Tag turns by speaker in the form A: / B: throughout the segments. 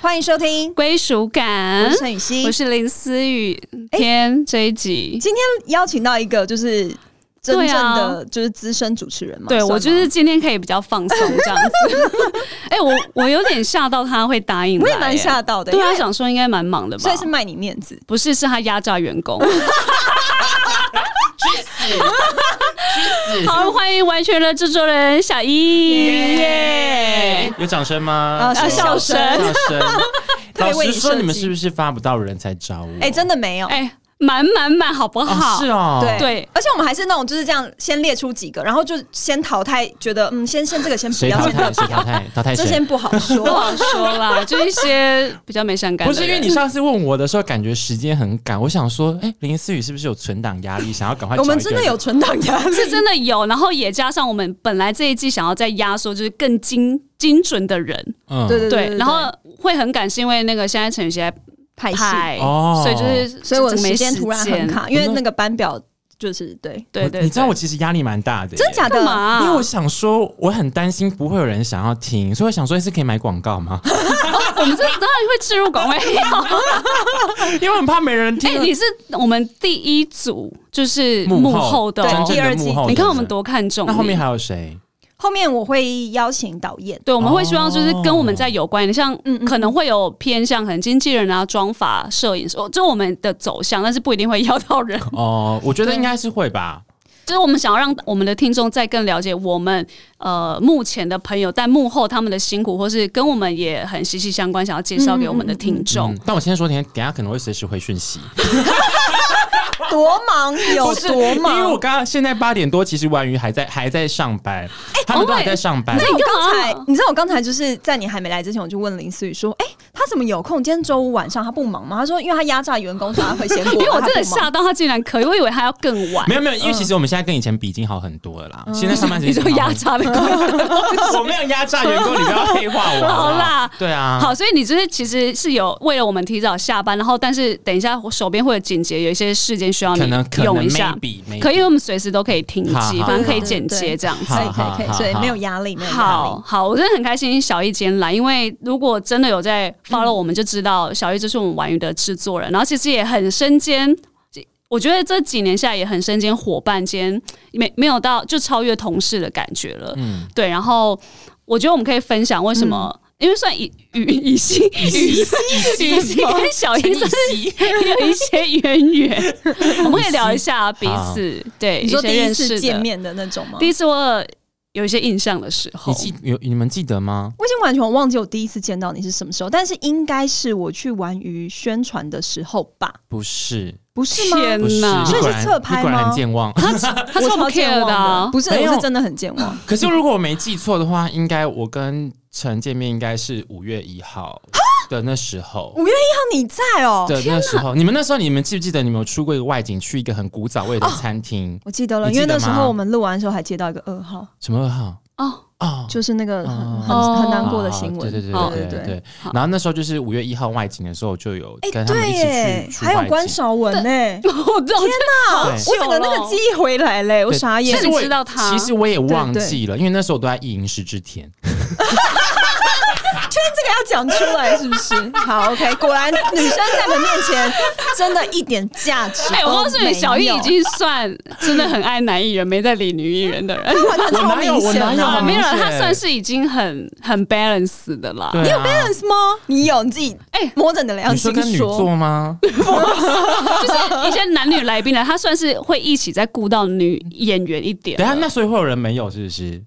A: 欢迎收听，
B: 归属
A: 我
B: 感
A: 是。哎陈雨希
B: 嗯我。是林思雨，天这一集，
A: 今天邀请到一个就是真正
B: 对啊
A: 的就是资深主持人嘛，
B: 对
A: 算吗
B: 我就是今天可以比较放松这样子。 哎、我我有点吓到他会答应来、
A: 我也蛮吓到的，
B: 哎，对
A: 因
B: 他
A: 为
B: 想说应该蛮忙的吧？
A: 所以是卖你面子，
B: 不是，是他压榨 员工。
C: 去死！
B: 好，欢迎完全的制作人小一，耶！
C: 有掌声
A: 啊
C: 吗？
B: 啊，笑声，
C: 掌声。
A: 特别
C: 老
A: 为你
C: 实说，
A: 设
C: 你们
A: 计
C: 是不是发不到人才找我？
A: 哎、真的没有，
B: 哎，满满满，好不好？
C: 哦是哦，
A: 对
B: 对
A: 而且我们还是那种就是这样，先列出几个，然后就先淘汰，觉得嗯，先先这个先不
C: 谁
A: 要，
C: 淘
A: 先这
C: 汰？
A: 个
C: 谁淘汰？淘汰
A: 这
C: 谁
A: 先？不好
B: 不
A: 说。
B: 好说 啦，就一些比较没善感
C: 不
B: 的人。
C: 是因为你上次问我的时候，感觉时间很赶，我想说，哎，林思雨是不是有存档压力，想要赶快？
A: 我们真的有，存档压力，
B: 是真的有，然后也加上我们本来这一季想要再压缩，就是更精精准的人，
C: 嗯
A: 对对
B: 对，然后会很赶，是因为那个现在陈雨希在
A: 排戏，
B: 拍，
C: 哦
B: 所以就是
A: 所以我的
B: 就是
A: 时
B: 没
A: 间
B: 间嗯
A: 突然很，卡，因为那个班表就是对，
B: 对
C: 我
B: 对，
C: 你知道
B: 对
C: 我其实压力蛮大的耶，
A: 真的假的？
B: 干嘛啊？
C: 因为我想说，我很担心不会有人想要听，所以我想说哎是可以买广告吗？
B: 我们这当然会置入广告。
C: 因为我很怕没人
B: 哎，
C: 听。
B: 你是我们第一组，就是幕
C: 幕
B: 后的
C: 真
B: 哦
C: 正。
A: 第二
C: 的
A: 季
C: 幕后的人，
B: 你看我们多看重你
C: 那后面还有谁？
A: 后面我会邀请导演，
B: 对，我们会希望就是跟我们在有关的，像
A: 嗯嗯
B: 可能会有偏向，可能经纪人啊、妆法、摄影师，哦就我们的走向，但是不一定会邀到人。
C: 哦，我觉得应该是会吧。
B: 就是我们想要让我们的听众再更了解我们呃目前的朋友，但幕后他们的辛苦，或是跟我们也很息息相关，想要介绍给我们的听众。
C: 嗯，但我先说，等一下等一下可能会随时回讯息，
A: 多忙有
C: 不是
A: 多
C: 因为我
A: 忙。
C: 刚刚现在八点多，其实婉瑜还在还在上班，他们都还在上班
A: 你。知道我刚才
B: 哎哦你干嘛，
A: 你知道我刚才就是在你还没来之前，我就问林思雨说：“哎、他怎么有空？今天周五晚上他不忙吗？”他说：“因为他压榨员 工，所以他会先过。”
C: 嗯
B: 因为我真的
A: 他不忙
B: 吓到他竟然可以，我以为他要更晚
C: 没。有没有，因为其实我们现在跟以前比已经好很多了啦。现在上班
B: 嗯你
C: 时
B: 说
C: 间
B: 压榨的工 作
C: 我没有压榨员工，你不要黑化我。
B: 好
C: 不
B: 啦
C: 对啊，
B: 好，所以你就是其实是有为了我们提早下班，然后但是等一下我手边会有紧急有一些事件需要你
C: 可能可能
B: 用一下，
C: maybe
B: 可以，因为
C: maybe
B: 我们随时都可以停
C: 好
B: 机，
C: 好
B: 反正可以
C: 好
B: 剪
A: 对
B: 接这样子。
A: 可以可以可以，
C: 好好
A: 所以
C: 好
A: 没有压力，没有压力
B: 好。好，我真的很开心小易今天来，因为如果真的有在 follow，、我们就知道小易就是我们玩鱼的制作人，然后其实也很身兼。我觉得这几年下来也很身兼伙伴兼，没没有到就超越同事的感觉了。
C: 嗯
B: 对，然后我觉得我们可以分享为什么，因为算以与以心与以心跟小易算是有一些渊源，我们可以聊一下彼此对
A: 你说
B: 一些
A: 第一
B: 认识
A: 次
B: 的
A: 见，面的那种吗？
B: 第一次我有一些印象的时候
C: 你，记有你们记得吗？
A: 我已经完全忘记我第一次见到你是什么时候，但是应该是我去玩鱼宣传的时候吧？
C: 不是，
A: 不是吗？
B: 天
C: 不是，
B: 哪
C: 你
A: 所以是
C: 果然
A: 侧拍
C: 你果然
A: 吗
C: 很健忘。
B: 他
A: 我
B: 超不
A: 超健
B: care
A: 忘
B: 的、啊。
A: 不是，
C: 没有
A: 我是真的很健忘。
C: 可是如果我没记错的话，应该我跟陈见面应该是五月一号的那时候。
A: 五月一号你在哦，
C: 的那时候，你们那时候你们记不记得你们有出过一个外景，去一个很古早味的餐厅？
A: 我记得了，
C: 你
A: 因为
C: 记得
A: 那时
C: 吗
A: 候我们录完的时候还接到一个噩耗，
C: 什么二号？
B: 哦，
C: 哦，
A: 就是那个很、
C: 哦
A: 很很难过的新闻、
C: 对对
B: 哦
C: 对
A: 对
C: 对对对。然后那时候就是五月一号外景的时候，就有
B: 哎
C: 跟他们一起
A: 哎耶
C: 去，出
A: 还有
C: 外
A: 关
C: 景
A: 少文呢、
B: 我知道，
C: 对
A: 我整个那个记忆回来嘞、我
C: 对
A: 傻
C: 其
A: 眼
C: 实。
B: 那你
C: 我
B: 知道他
C: 其实我也忘
A: 对对
C: 记了，因为那时候我都在意淫石之田。
A: 这个要讲出来是不 是？好，OK，果然女生在我们面前真的一点价值都没
B: 哎、
A: 有。
B: 我告诉你，小易已经算真的很爱男艺人，没在理女艺人的 人。
A: 完全超
C: 我哪有
A: 明
C: 我哪
A: 显
C: 有
A: 的
B: 啊，没有啦，
C: 明显
B: 他算是已经很很 balance 的啦。
C: 对啊，
A: ，balance 吗？你有你自己
B: 哎
A: 摸着你的良
C: 你说
A: 心
C: 跟女
A: 说，
C: 做吗？
B: 就是一些男女来宾啊呢，他算是会一起在顾到女演员一点
C: 等一。下，那所以会有人没有是不是？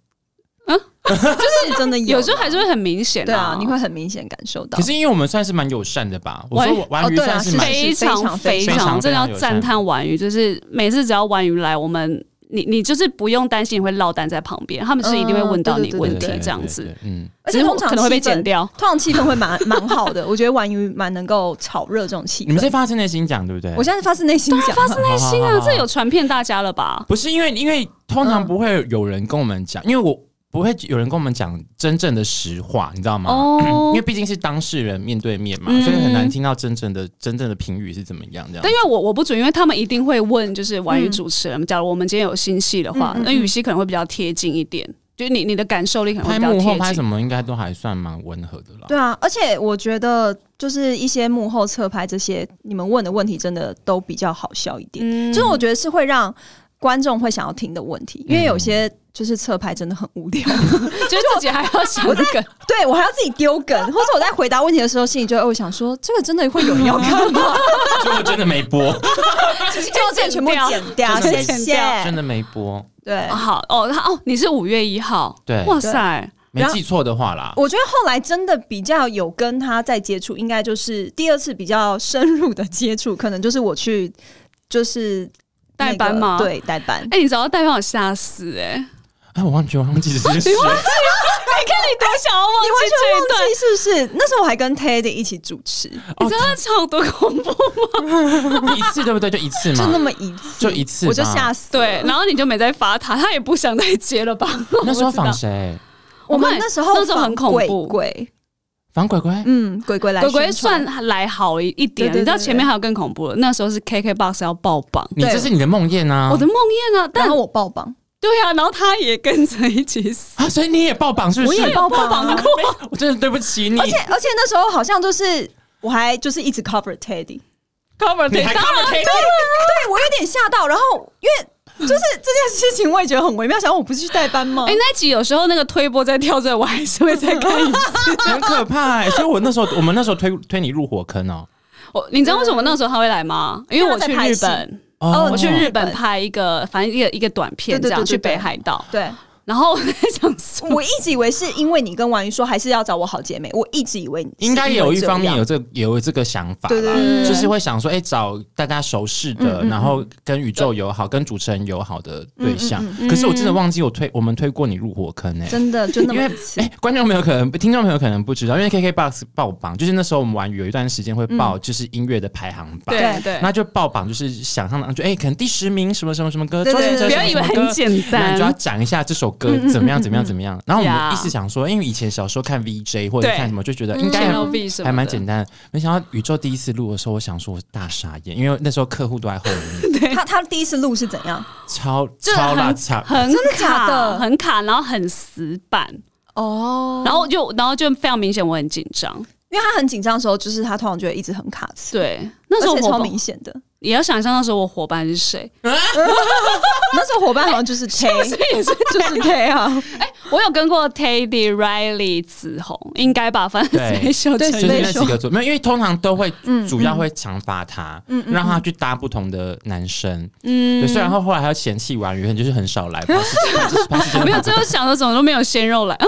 A: 就是真的
B: 有时候
A: 的
B: 还是会很明显、
A: 啊对啊，你会很明显感受到
C: 可。是因为我们算是蛮友善的吧？我
B: 喂
C: 说我
A: 哦
C: 玩鱼
A: 对啊
C: 算是
A: 是
C: 蛮
B: 非常非
A: 非
C: 常
B: 常，真的要
C: 非常友善
B: 赞叹婉瑜，就是每次只要婉瑜来，我们你你就是不用担心你会落单在旁边，他们是一定会问到
A: 嗯对
B: 你
A: 对对
B: 问
C: 对
B: 题
C: 对对
B: 这样子
C: 对。对嗯，
A: 而且
B: 只是
A: 通常
B: 可能会被
A: 气氛
B: 剪掉
A: 通常气氛会蛮蛮好的，我觉得玩鱼蛮能够炒热这种气
C: 你们
A: 氛。
C: 是发自内心讲对不对？
A: 我现在是发自内心讲，
B: 发自内心啊，
C: 好好好
B: 这有传遍大家了吧？
C: 不是因为，因为通常不会有人跟我们讲，因为我不会有人跟我们讲真正的实话，你知道吗？
B: 哦
C: 因为，毕竟是当事人面对面嘛，
B: 嗯
C: 所以很难听到真正的真正的评语是怎么样这样
B: 但。因为我我不准，因为他们一定会问，就是婉瑜
A: 嗯
B: 主持人，假如我们今天有新戏的话
A: 嗯嗯，
B: 那
A: 嗯
B: 雨熙可能会比较贴近一点。就是你你的感受力可能会
C: 拍
B: 比较
C: 幕后
B: 贴
C: 拍
B: 近。
C: 什么应该都还算蛮温和的啦。
A: 对啊，而且我觉得就是一些幕后侧拍这些，你们问的问题真的都比较好笑一点，
B: 嗯
A: 就是我觉得是会让观众会想要听的问题，因为有些
B: 嗯
A: 就是侧拍真的很无聊，
B: 觉得自己还要想那 个，
A: 对我还要自己丢 梗，或者我在回答问题的时候，心里就会我想说，这个真的会有人要看 吗？
C: 结果真的没播，
B: 就是
A: 就这全部剪掉，
C: 真
A: 谢
C: 的
A: 谢。
C: 真的没播。
A: 对，
B: 好哦，他哦，你是五月一号，
C: 对，
B: 哇塞，
C: 没记错的话啦，
A: 我觉得后来真的比较有跟他在接触，应该就是第二次比较深入的接触，可能就是我去就是、那
B: 代
A: 个
B: 班吗？。
A: 对，代班。
B: 哎、你找到代班我吓死哎、
C: 哎，我忘记我忘记这件事。
B: 你多想要忘
A: 你
B: 记这一
A: 完全
B: 段
A: 忘，记是不是？那时候我还跟 Teddy 一起主持，
C: 嗯
B: 你知道他超多恐怖
C: 一次对不对？就一次
A: 就那
C: 嘛。
A: 么一次，
C: 就一次吧
A: 我就吓死。
B: 对，，然后你就没再发他，他也不想再接 了吧？
C: 那时
B: 我不知
C: 候
B: 道
C: 仿谁？
A: 我
B: 我
A: 们
B: 们
A: 那时候
B: 那时候很恐
A: 鬼
B: 怖
A: 鬼，
C: 仿鬼鬼？
A: 嗯，鬼鬼来
B: 鬼鬼
A: 宣传
B: 算来好一一
A: 对
B: 点，
A: 对对
B: 你知道前面还有更恐怖的，那时候是 KKBOX 要爆榜，
C: 你这是你的梦魇啊！
B: 我的梦魇啊，但
A: 然后我爆榜，
B: 对啊，然后他也跟着一起死，
C: 啊，所以你也爆榜是不
A: 我
C: 是？
A: 也爆榜啊，
C: 我真的对不起你，
A: 而且而且那时候好像就是我还就是一直 cover Teddy，
B: cover
C: 你还 cover
A: 对对，我有点吓到，然后因为就是这件事情我也觉得很微妙，想我不是去代班吗
B: 哎、？那集有时候那个推波在跳着，我还是会再看一次。
A: 啊
C: 很可怕欸。所以我那时候，我们那时候推推你入火坑哦。
B: 我你知道为什么那时候他会来吗？因为我
A: 因
B: 去
A: 为他在拍
B: 日
A: 戏
B: 本，
A: 哦
B: 我去日本
A: 哦
B: 拍一个，反正一个一个短片
A: 对对
B: 这样
A: 对对
B: 去北
A: 对
B: 海道，
A: 对，
B: 然后我在想说，
A: 我一直以为是因为你跟王云说还是要找我好姐妹，我一直以为你是
C: 应该
A: 因为
C: 有一
A: 这
C: 方面
A: 样
C: 有这有这个想法
A: 对对
C: 啦。
A: 对，
C: 就是会想说，哎、找大家熟识的，
A: 嗯嗯嗯
C: 然后跟宇宙友好、跟主持人友好的对象。
A: 嗯
C: 可是我真的忘记我推我们推过你入火坑哎、
A: 真的就那
C: 因
A: 么
C: 为
A: 一次
C: 哎、。观众朋友可能、听众朋友可能不知道，因为 KKBOX 爆榜，就是那时候我们玩有一段时间会
A: 嗯
C: 报，就是音乐的排行榜。
B: 对对，
C: 那就爆榜，就是想象当中，哎、可能第十名什么什么什么歌，
A: 对
C: 周
A: 对
C: 杰
A: 对
B: 不
C: 伦
A: 这
B: 要
C: 什么
B: 以为
C: 什么
B: 很
C: 歌
B: 简
C: 那
B: 单
C: 你就，要讲一下这首歌怎么样怎么样怎么样。然后 我
B: 呀
C: 们一直想说，因为以前小时候看 VJ 或者
B: 对
C: 看什么，就觉得
A: 嗯
C: 应该还
B: NLB 什么的
C: 还蛮简单的。没想到宇宙第一次录的时候，我想说我大傻眼，因为那时候客户都在后面，
A: 他他第一次录是怎样？
C: 超
B: 就
C: 超拉
B: 很
C: 差。
B: 很
A: 真的
B: 卡
A: 假的
B: 很卡，然后很死板，
A: 哦
B: 然后就然后就非常明显我很紧张。
A: 因为他很紧张的时候，就是他通常就会一直很卡词，
B: 对，那时候
A: 而且
B: 伙
A: 超
B: 伴
A: 明显的。
B: 也要想象那时候我伙伴是谁，
A: 那时候伙伴好像 就是 T，
B: 所以 也是
A: 就是 T 啊，
B: 我有跟过 Teddy、Riley、子红，应该吧，反正
C: 对
B: special
A: 对
B: 成
C: 就是
B: 员
A: 所以
C: 那几个组，没有，因为通常都会
A: 嗯
C: 主要会强发他，让他去搭不同的男生。对，
B: 嗯，
C: 虽然后后来他嫌弃完，原就是很少来，不是他就是他是真 的
B: 没有，最后想的怎么都没有鲜肉来，啊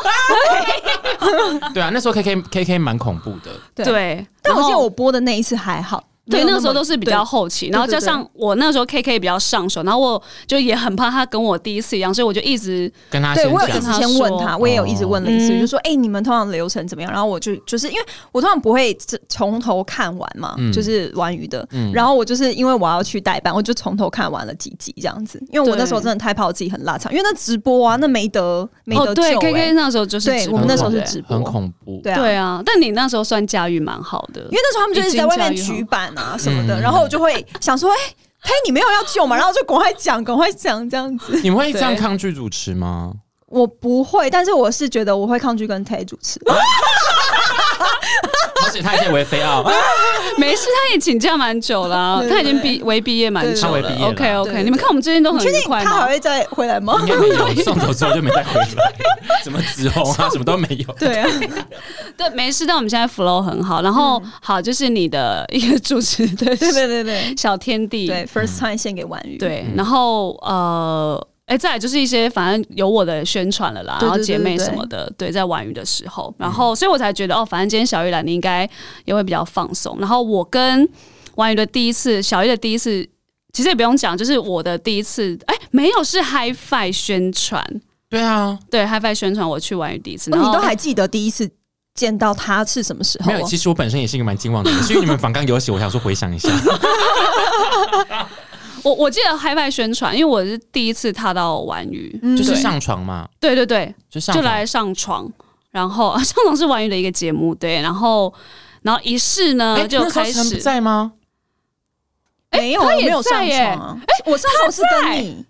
C: 对啊，那时候 K K K K 蛮恐怖的，
A: 对
B: 对，
A: 但我记得
B: 然后
A: 我播的那一次还好，没
B: 对，
A: 有
B: 那
A: 么
B: 个时候都是比较
A: 对
B: 后期，然后
A: 对对
B: 加上我那时候 KK 比较上手，然后我就也很怕他跟我第一次一样，所以我就一直
C: 跟他
A: 对
C: 先
A: 我有
C: 讲
A: 一直
B: 他
A: 先问
B: 说
A: 他，我也有一直问林
B: 嗯
A: 思雨，就说：“哎、你们通常流程怎么样？”然后我就就是因为我通常不会自从头看完嘛，
C: 嗯
A: 就是玩鱼的。
C: 嗯
A: 然后我就是因为我要去代班，我就从头看完了几集这样子。因为我
B: 对
A: 那时候真的太怕我自己很拉长，因为那直播啊，那没得没得
B: 哦，
A: 救、
B: 对
A: 欸。
B: ，KK 那时候就是
A: 对
B: 直
A: 我们
B: 播
A: 那时候是
B: 对
A: 直播，
C: 很恐怖。
A: 对啊。
B: 对啊，但你那时候算驾驭蛮好的，因
A: 因为那时候他们就
B: 已
A: 是
B: 经
A: 在外面
B: 驾驭好
A: 举板啊什么的，
C: 嗯
A: 然后我就会想 说，哎、嘿，你没有要救嘛？然后就赶快讲，赶快讲这样子。
C: 你们会这样
B: 对
C: 抗拒主持吗？
A: 我不会，但是我是觉得我会抗拒跟 Tay 主持。
C: 而且他也在为非奥，
B: 没事，他也请假蛮久了啊、
A: 对
B: 他已经毕为毕业蛮久
C: 对对对
B: 了。OK
A: 对
B: OK，
A: 对
B: 你们看我们最近都
A: 你
B: 很
A: 确
B: 愉
A: 定
B: 快
A: 他还
B: 吗？
A: 会再回 来吗
C: 应？该没有送走之后就没再回来，什么紫红啊，什么都没有。
A: 对啊，
B: 对，没事，但我们现在 flow 很好。然后、好，就是你的一个主持的
A: 嗯对对对对
B: 小天地，
A: 对，first time 献给哦婉瑜，
B: 对然后呃。哎，再来就是一些反正有我的宣传了啦，
A: 对对
B: 然后姐
A: 对
B: 妹
A: 对嗯
B: 什么的，对，在玩鱼的时候，然后所以我才觉得哦，反正今天小玉来，你应该也会比较放松。然后我跟玩鱼的第一次，小玉的第一次，其实也不用讲，就是我的第一次，哎，没有是 HiFi 宣传，
C: 对啊，
B: 对 HiFi 宣传，我去玩鱼第一次，
A: 哦，
B: 然
A: 你
B: 后
A: 都还记得第一次见到他是什么时候
C: 没
A: 啊？
C: 有。其实我本身也是一个蛮健忘的人，是因为你们访刚有写，我想说回想一下。
B: 我我记得 HiFi 宣传，因为我是第一次踏到玩鱼，
A: 嗯
C: 就是
B: 对
C: 上床嘛，
B: 对对对，
C: 就上
B: 就
C: 床
B: 来上床，然后、 啊、上床是玩鱼的一个节目，对，然后然后一试呢、
C: 哎，
B: 就
C: 那时候
B: 开
C: 陈不
B: 始，
C: 在吗？
A: 没有，我
B: 哎他也
A: 没有
B: 在
A: 上
B: 耶
A: 床啊。哎，我上床是跟你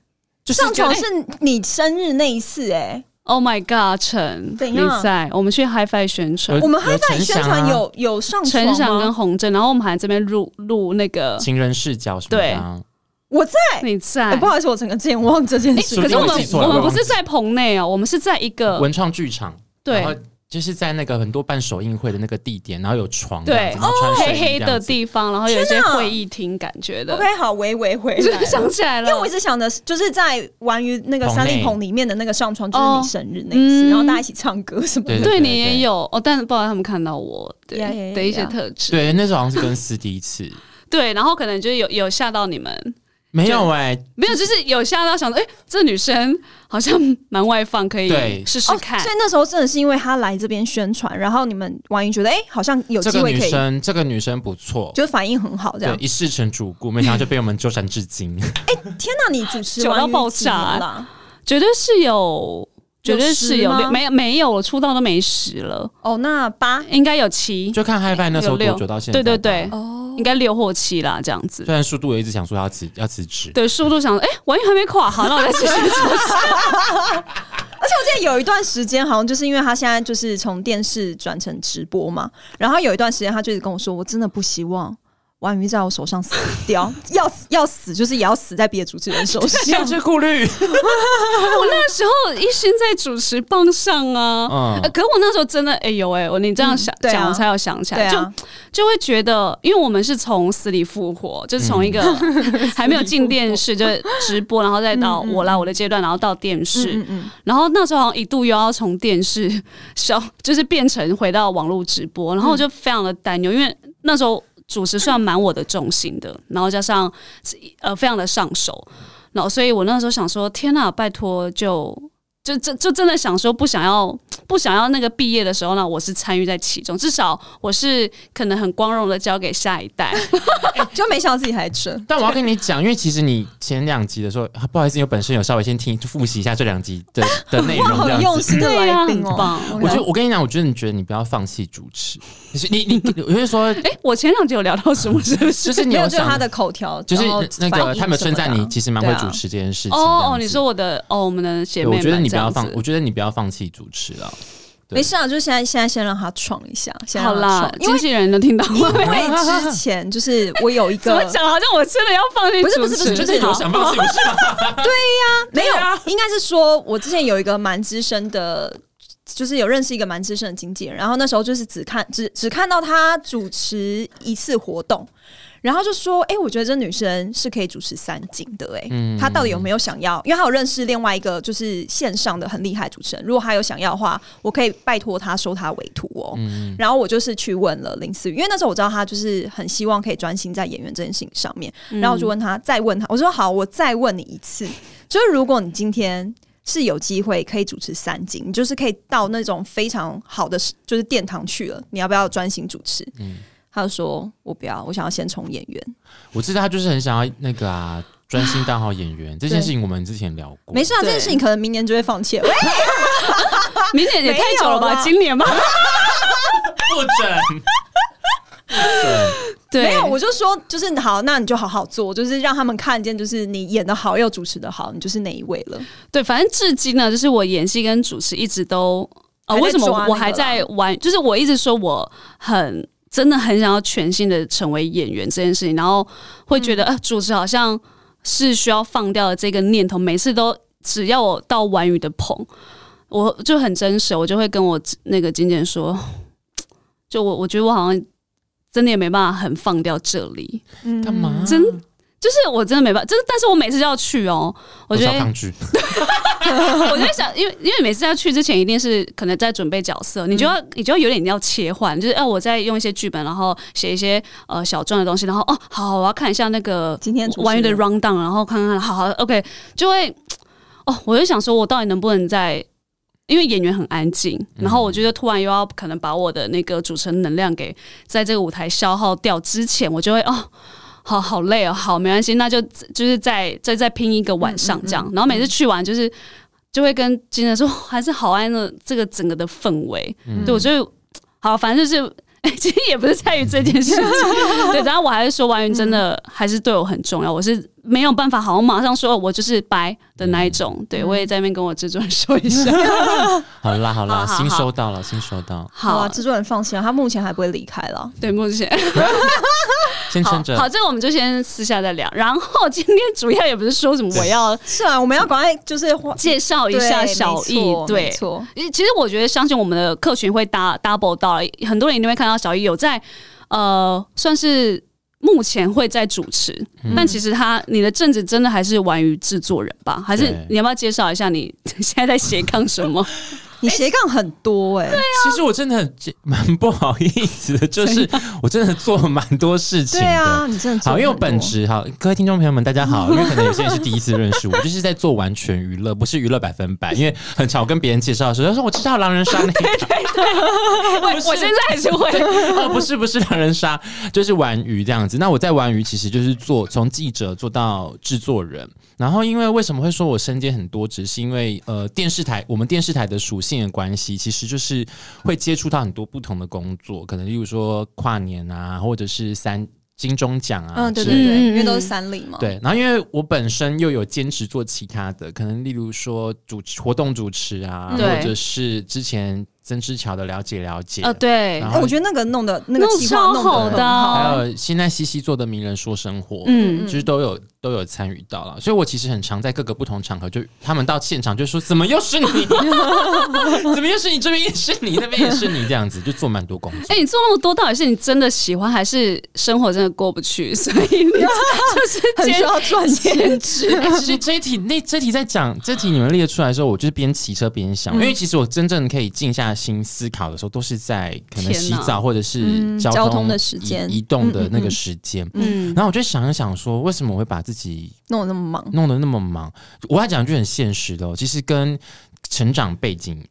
C: 就是
A: 上床
C: 跟
A: 是你生日那一次，哎，
B: Oh my God，陈
A: 怎
B: 你
A: 样
B: 在，我们去 HiFi 宣传
C: 呃
A: 我们
C: 有
A: HiFi
C: 陈
A: 宣
C: 翔
A: 传
C: 啊
A: 有有上
B: 陈翔
A: 床
B: 跟
A: 吗？
B: 洪正，然后我们还这边录录那 个
C: 情人视角什么的啊、
A: 我在、
B: 你在。
A: 哎不好意思，我整个健忘这件
B: 哎
A: 事。
C: 说
B: 可
C: 不
B: 是
C: 定
B: 我
C: 我
B: 们
C: 记错
B: 我
C: 了
B: 们
C: 我
B: 不
C: 忘
B: 是
C: 记
B: 在棚内哦，我们是在一个
C: 文创剧场，
B: 对
C: 然后就是在那个很多办首映会的那个地点，然后有床这样
B: 对
C: 子，然后穿睡
B: 黑
C: 衣
B: 黑
C: 这
B: 的
C: 样子，
B: 地方，然后有一些
A: 天哪
B: 会议厅感觉的。
A: OK，好，维维 回
B: 就
A: 来
B: 是
A: 了。
B: 想起来
A: 因
B: 了，
A: 为我一直想的是，就是在玩于那个三丽
C: 棚
A: 棚里面的那个上床，就是
B: 哦
A: 你生日那一次，
B: 嗯
A: 然后大家一起唱歌什么
C: 对
A: 的。
B: 对你
C: 对
B: 也有哦，但是不知道他们看到我对
A: Yeah, yeah, yeah,
B: 的一些
A: yeah.
B: 特质，
C: 对，那时候好像是跟司第一 次，
B: 对，然后可能就有有吓到你们，
C: 没有哎、
B: 没有，就是有吓到想说，哎、这女生好像蛮外放，可以
C: 对
B: 试
A: 哦
B: 试，看。
A: 所以那时候真的是因为他来这边宣传，然后你们玩于觉得，哎、好像有
C: 这
A: 机
C: 个
A: 会
C: 女
A: 可以，
C: 生这个女生不错，
A: 就是反应很好这
C: 对
A: 样，。
C: 一试成主顾，没想到就被我们纠缠至今。
A: 天哪，你主持
B: 久
A: 玩
B: 到
A: 于
B: 爆
A: 几
B: 炸
A: 年啦？
B: 绝对是有，绝对
A: 有十
B: 是有，
A: 吗
B: 没有没有，我出道都没十了，
A: 哦，那八
C: 啊
B: 应该有七，
C: 就
A: 哎
C: 看 HiFi 那时候
B: 有六
C: 多久到现在
B: 对
C: 吧，
B: 对对，
A: 哦
B: 应，该六或七啦，这样子。
C: 虽然速度也一直想说要辞要辞职，
B: 对，速度想，哎、完全还没垮，好，那我再继续做。
A: 而且我记得有一段时间，好像就是因为他现在就是从电视转成直播嘛，然后有一段时间他就一直跟我说，我真的不希望。婉瑜在我手上死掉， 要死要死，就是也要死在别的主持人手上。
C: 限制顾虑，
B: 我那时候一心在主持棒上啊，
C: 嗯
B: 呃，可是我那时候真的，哎、呦喂、我你这样想
A: 嗯对啊
B: 讲、我才有想起
A: 对
B: 来，
A: 啊，
B: 就就会觉得，因为我们是从死里复活，就是
A: 嗯
B: 从 一个还没有进电视，就是直播，然后再到
A: 嗯嗯
B: 我来我的阶段，然后到电视，
A: 嗯嗯
B: 然后那时候好像一度又要从电视 小，就是变成回到网络直播，然
C: 嗯
B: 后我就非常的担忧，因为那时候主持算蛮我的重心的，然后加上呃非常的上手，然后所以我那时候想说，天呐，拜托就。就就就真的想说，不想要不想要那个毕业的时候呢，我是参与在其中，至少我是可能很光荣的交给下一 代。
A: 嗯，就没想到自己还真。
C: 但我要跟你讲，因为其实你前两集的时候，啊不好意思，因为本身有稍微先听复习一下这两集 的的内容，
A: 哇，
C: 这
A: 好
C: 样
A: 用
C: 子。
A: 心的
B: 对啊呀
A: 来宾
B: 很
A: 哦
B: 棒！
C: 啊我觉得
A: OK
C: 我跟你讲，我觉得你觉得你不要放弃主持，可是你你你，我就说，
B: 哎、我前两集有聊到什么？是不是？
C: 就是
A: 没
C: 你
A: 有，
C: 有
A: 就是他
C: 想，
A: 的口条，
C: 就是
A: 然后
C: 那
A: 反
C: 个
A: 应
C: 他们
A: 什么
C: 称
A: 的啊
C: 赞你，其实蛮会
A: 对啊
C: 主持这件事情。这
B: 哦哦，
C: 样子
B: 你说我的哦，我们的姐
C: 对，
B: 妹
C: 我
B: 们
C: 觉得你不要
B: 这样
C: 放
B: 子，
C: 我觉得你不要放弃主持了。对
A: 没事啊，就是现在现在先让他闯一下，先
B: 好
A: 让他
B: 啦
A: 闯，因
B: 经
A: 为
B: 纪人都听到
A: 因
B: 吗？
A: 为之前就是我有一
B: 怎么
A: 个
B: 讲？好像我真的要放弃
A: 不是
B: 主
A: 不
B: 持，
A: 是不是就是
C: 我想放弃不是吗？
A: 没有，应该是说我之前有一个蛮资深的。就是有认识一个蛮资深的经纪人，然后那时候就是只看只只看到他主持一次活动，然后就说：“哎、我觉得这女生是可以主持三金的、诶，哎、
C: 嗯
A: 她到底有没有想要？因为她有认识另外一个就是线上的很厉害主持人，如果她有想要的话，我可以拜托她收她为徒哦。
C: 嗯，
A: 然后我就是去问了林思雨，因为那时候我知道她就是很希望可以专心在演员这件事情上面，
B: 嗯
A: 然后我就问她，再问她，我说好，我再问你一次，就是如果你今天是有机会可以主持三金，你就是可以到那种非常好的就是殿堂去了，你要不要专心主持？
C: 嗯
A: 她就说我不要，我想要先从演员。
C: 我知道他就是很想要那个啊，专心当好演员这件事情，我们之前聊过。
A: 没事啊，这
B: 对
A: 件事情可能明年就会放弃了。喂，
B: 明年也太久了
A: 没有
B: 吧？
A: 啦
B: 今年吧？
C: 不
B: 嗯
C: 准， 不准。
B: 对，
A: 没有，我就说就是好，那你就好好做，就是让他们看见，就是你演的好又主持的好，你就是那一位了。
B: 对，反正至今呢，就是我演戏跟主持一直都
A: 还
B: 啊、
A: 在
B: 为什么
A: 抓那个
B: 我还在玩？就是我一直说我很真的很想要全心的成为演员这件事情，然后会觉得、
A: 嗯
B: 呃，主持好像是需要放掉的这个念头，每次都只要我到玩鱼的棚，我就很真实，我就会跟我那个经纪人说，就我我觉得我好像真的也没办法很放掉这里，
A: 嗯
C: 干嘛？
B: 真就是我真的没办法，就是但是我每次都要去哦，我
C: 我
B: 觉
C: 是要
B: 得
C: 抗拒，
B: 我就想，因为因为每次要去之前，一定是可能在准备角色，你就
A: 嗯
B: 要你就要有点要切换，就是哦，我在用一些剧本，然后写一些呃小传的东西，然后哦，好，我要看一下那个
A: 今天主持人
B: 玩鱼的 round down，然后看看，好好，OK，就会哦，我就想说我到底能不能在。因为演员很安静，
A: 嗯
B: 然后我觉得突然又要可能把我的那个主持人能量给在这个舞台消耗掉之前，我就会哦，好好累哦，好没关系，那就就是再再再拼一个晚上这样。
A: 嗯
B: 然后每次去完就是就会跟金人说，还是好爱那这个整个的氛围。
C: 嗯
B: 对我觉得好，反正就是。 其实也不是在于这件事情。 对，然后我还是说，王云真的还是对我很重要，我是没有办法，好，我马上说哦我就是白的那一
A: 嗯
B: 种。对我也在那边跟我制作人说一下。
C: 好啦好啦，
B: 好好
C: 新收到了，新收到，
A: 好啊，
B: 好，
A: 制作人放心啊，他目前还不会离开了。
B: 对，目前
C: 先
B: 好啊
C: 撑着。
B: 好，这个我们就先私下再聊。然后今天主要也不是说什么我要
A: 是啊，我们要赶快就是花
B: 介绍一下小
A: 对没
B: 易
A: 错，没
B: 对。
A: 错，
B: 其其实我觉得，相信我们的客群会搭 double 到，很多人一定会看到小易有在，呃，算是目前会在主持，
C: 嗯
B: 但其实他你的正职真的还是玩于制作人吧？还是
C: 对
B: 你要不要介绍一下你 现在在斜杠什 么？
A: 你斜杠很多哎、
C: 其实我真的很 蛮不好意思的，就是我真的做蛮多事情
A: 对
C: 的。
A: 啊，你真的做
C: 好，因为我
A: 很多
C: 本职哈，各位听众朋友们，大 家好，因为可能有些人是第一次认识我， 就是在做完全娱乐，不是娱乐百分 百，因为很常我跟别人介绍的时候，他说我知道狼人杀那个，
A: 啊
B: 我我现在还是会，
C: 哦，不是不是狼人杀，就是玩鱼这样子。那我在玩鱼其实就是做从记者做到制作人，然后因为为什么会说我身兼很多职，是因为呃电视台我们电视台的属性的关系，其实就是会接触到很多不同的工作，可能例如说跨年啊，或者是三金钟奖啊，
A: 嗯，对
C: 之
A: 对
C: 类的
A: 对，
B: 嗯
A: 因为都是三立嘛，，
C: 对，然后因为我本身又有兼职做其他的，可能例如说主持活动主持啊，
B: 对
C: 或者是之前曾之乔的了解了解，
B: 呃，对
C: 然，后
A: 哎，我觉得那个弄的那个
B: 弄
A: 计划弄
B: 超好
A: 的
B: 的啊
C: 还有现在西西做的名人说生活，
B: 嗯，
C: 就是都有都有参与到了，所以我其实很常在各个不同场合，就他们到现场就说怎么又是你， 怎么又是你，这边也是你，那边也是你，这样子就做蛮多工作。
B: 哎、你做那么多，到底是你真的喜欢，还是生活真的过不去？所以你 就是
A: 很需
B: 兼
A: 要赚钱
B: 兼。职。
C: 哎其实这一题那这题在讲这题你们列出来的时候，我就是边骑车边
A: 嗯
C: 想，因为其实我真正可以静下心思考的时候，都是在可能
B: 天
C: 洗
B: 哪
C: 澡或者是
A: 嗯
C: 交
A: 交通的时间
C: 移移动的
A: 嗯嗯
C: 那个
A: 嗯
C: 时间。
B: 嗯，
C: 然后我就想一想说，为什么我会把自己
A: 弄得那么忙，
C: 弄得那么忙？我要讲一句很现实的、哦，其实跟成长背景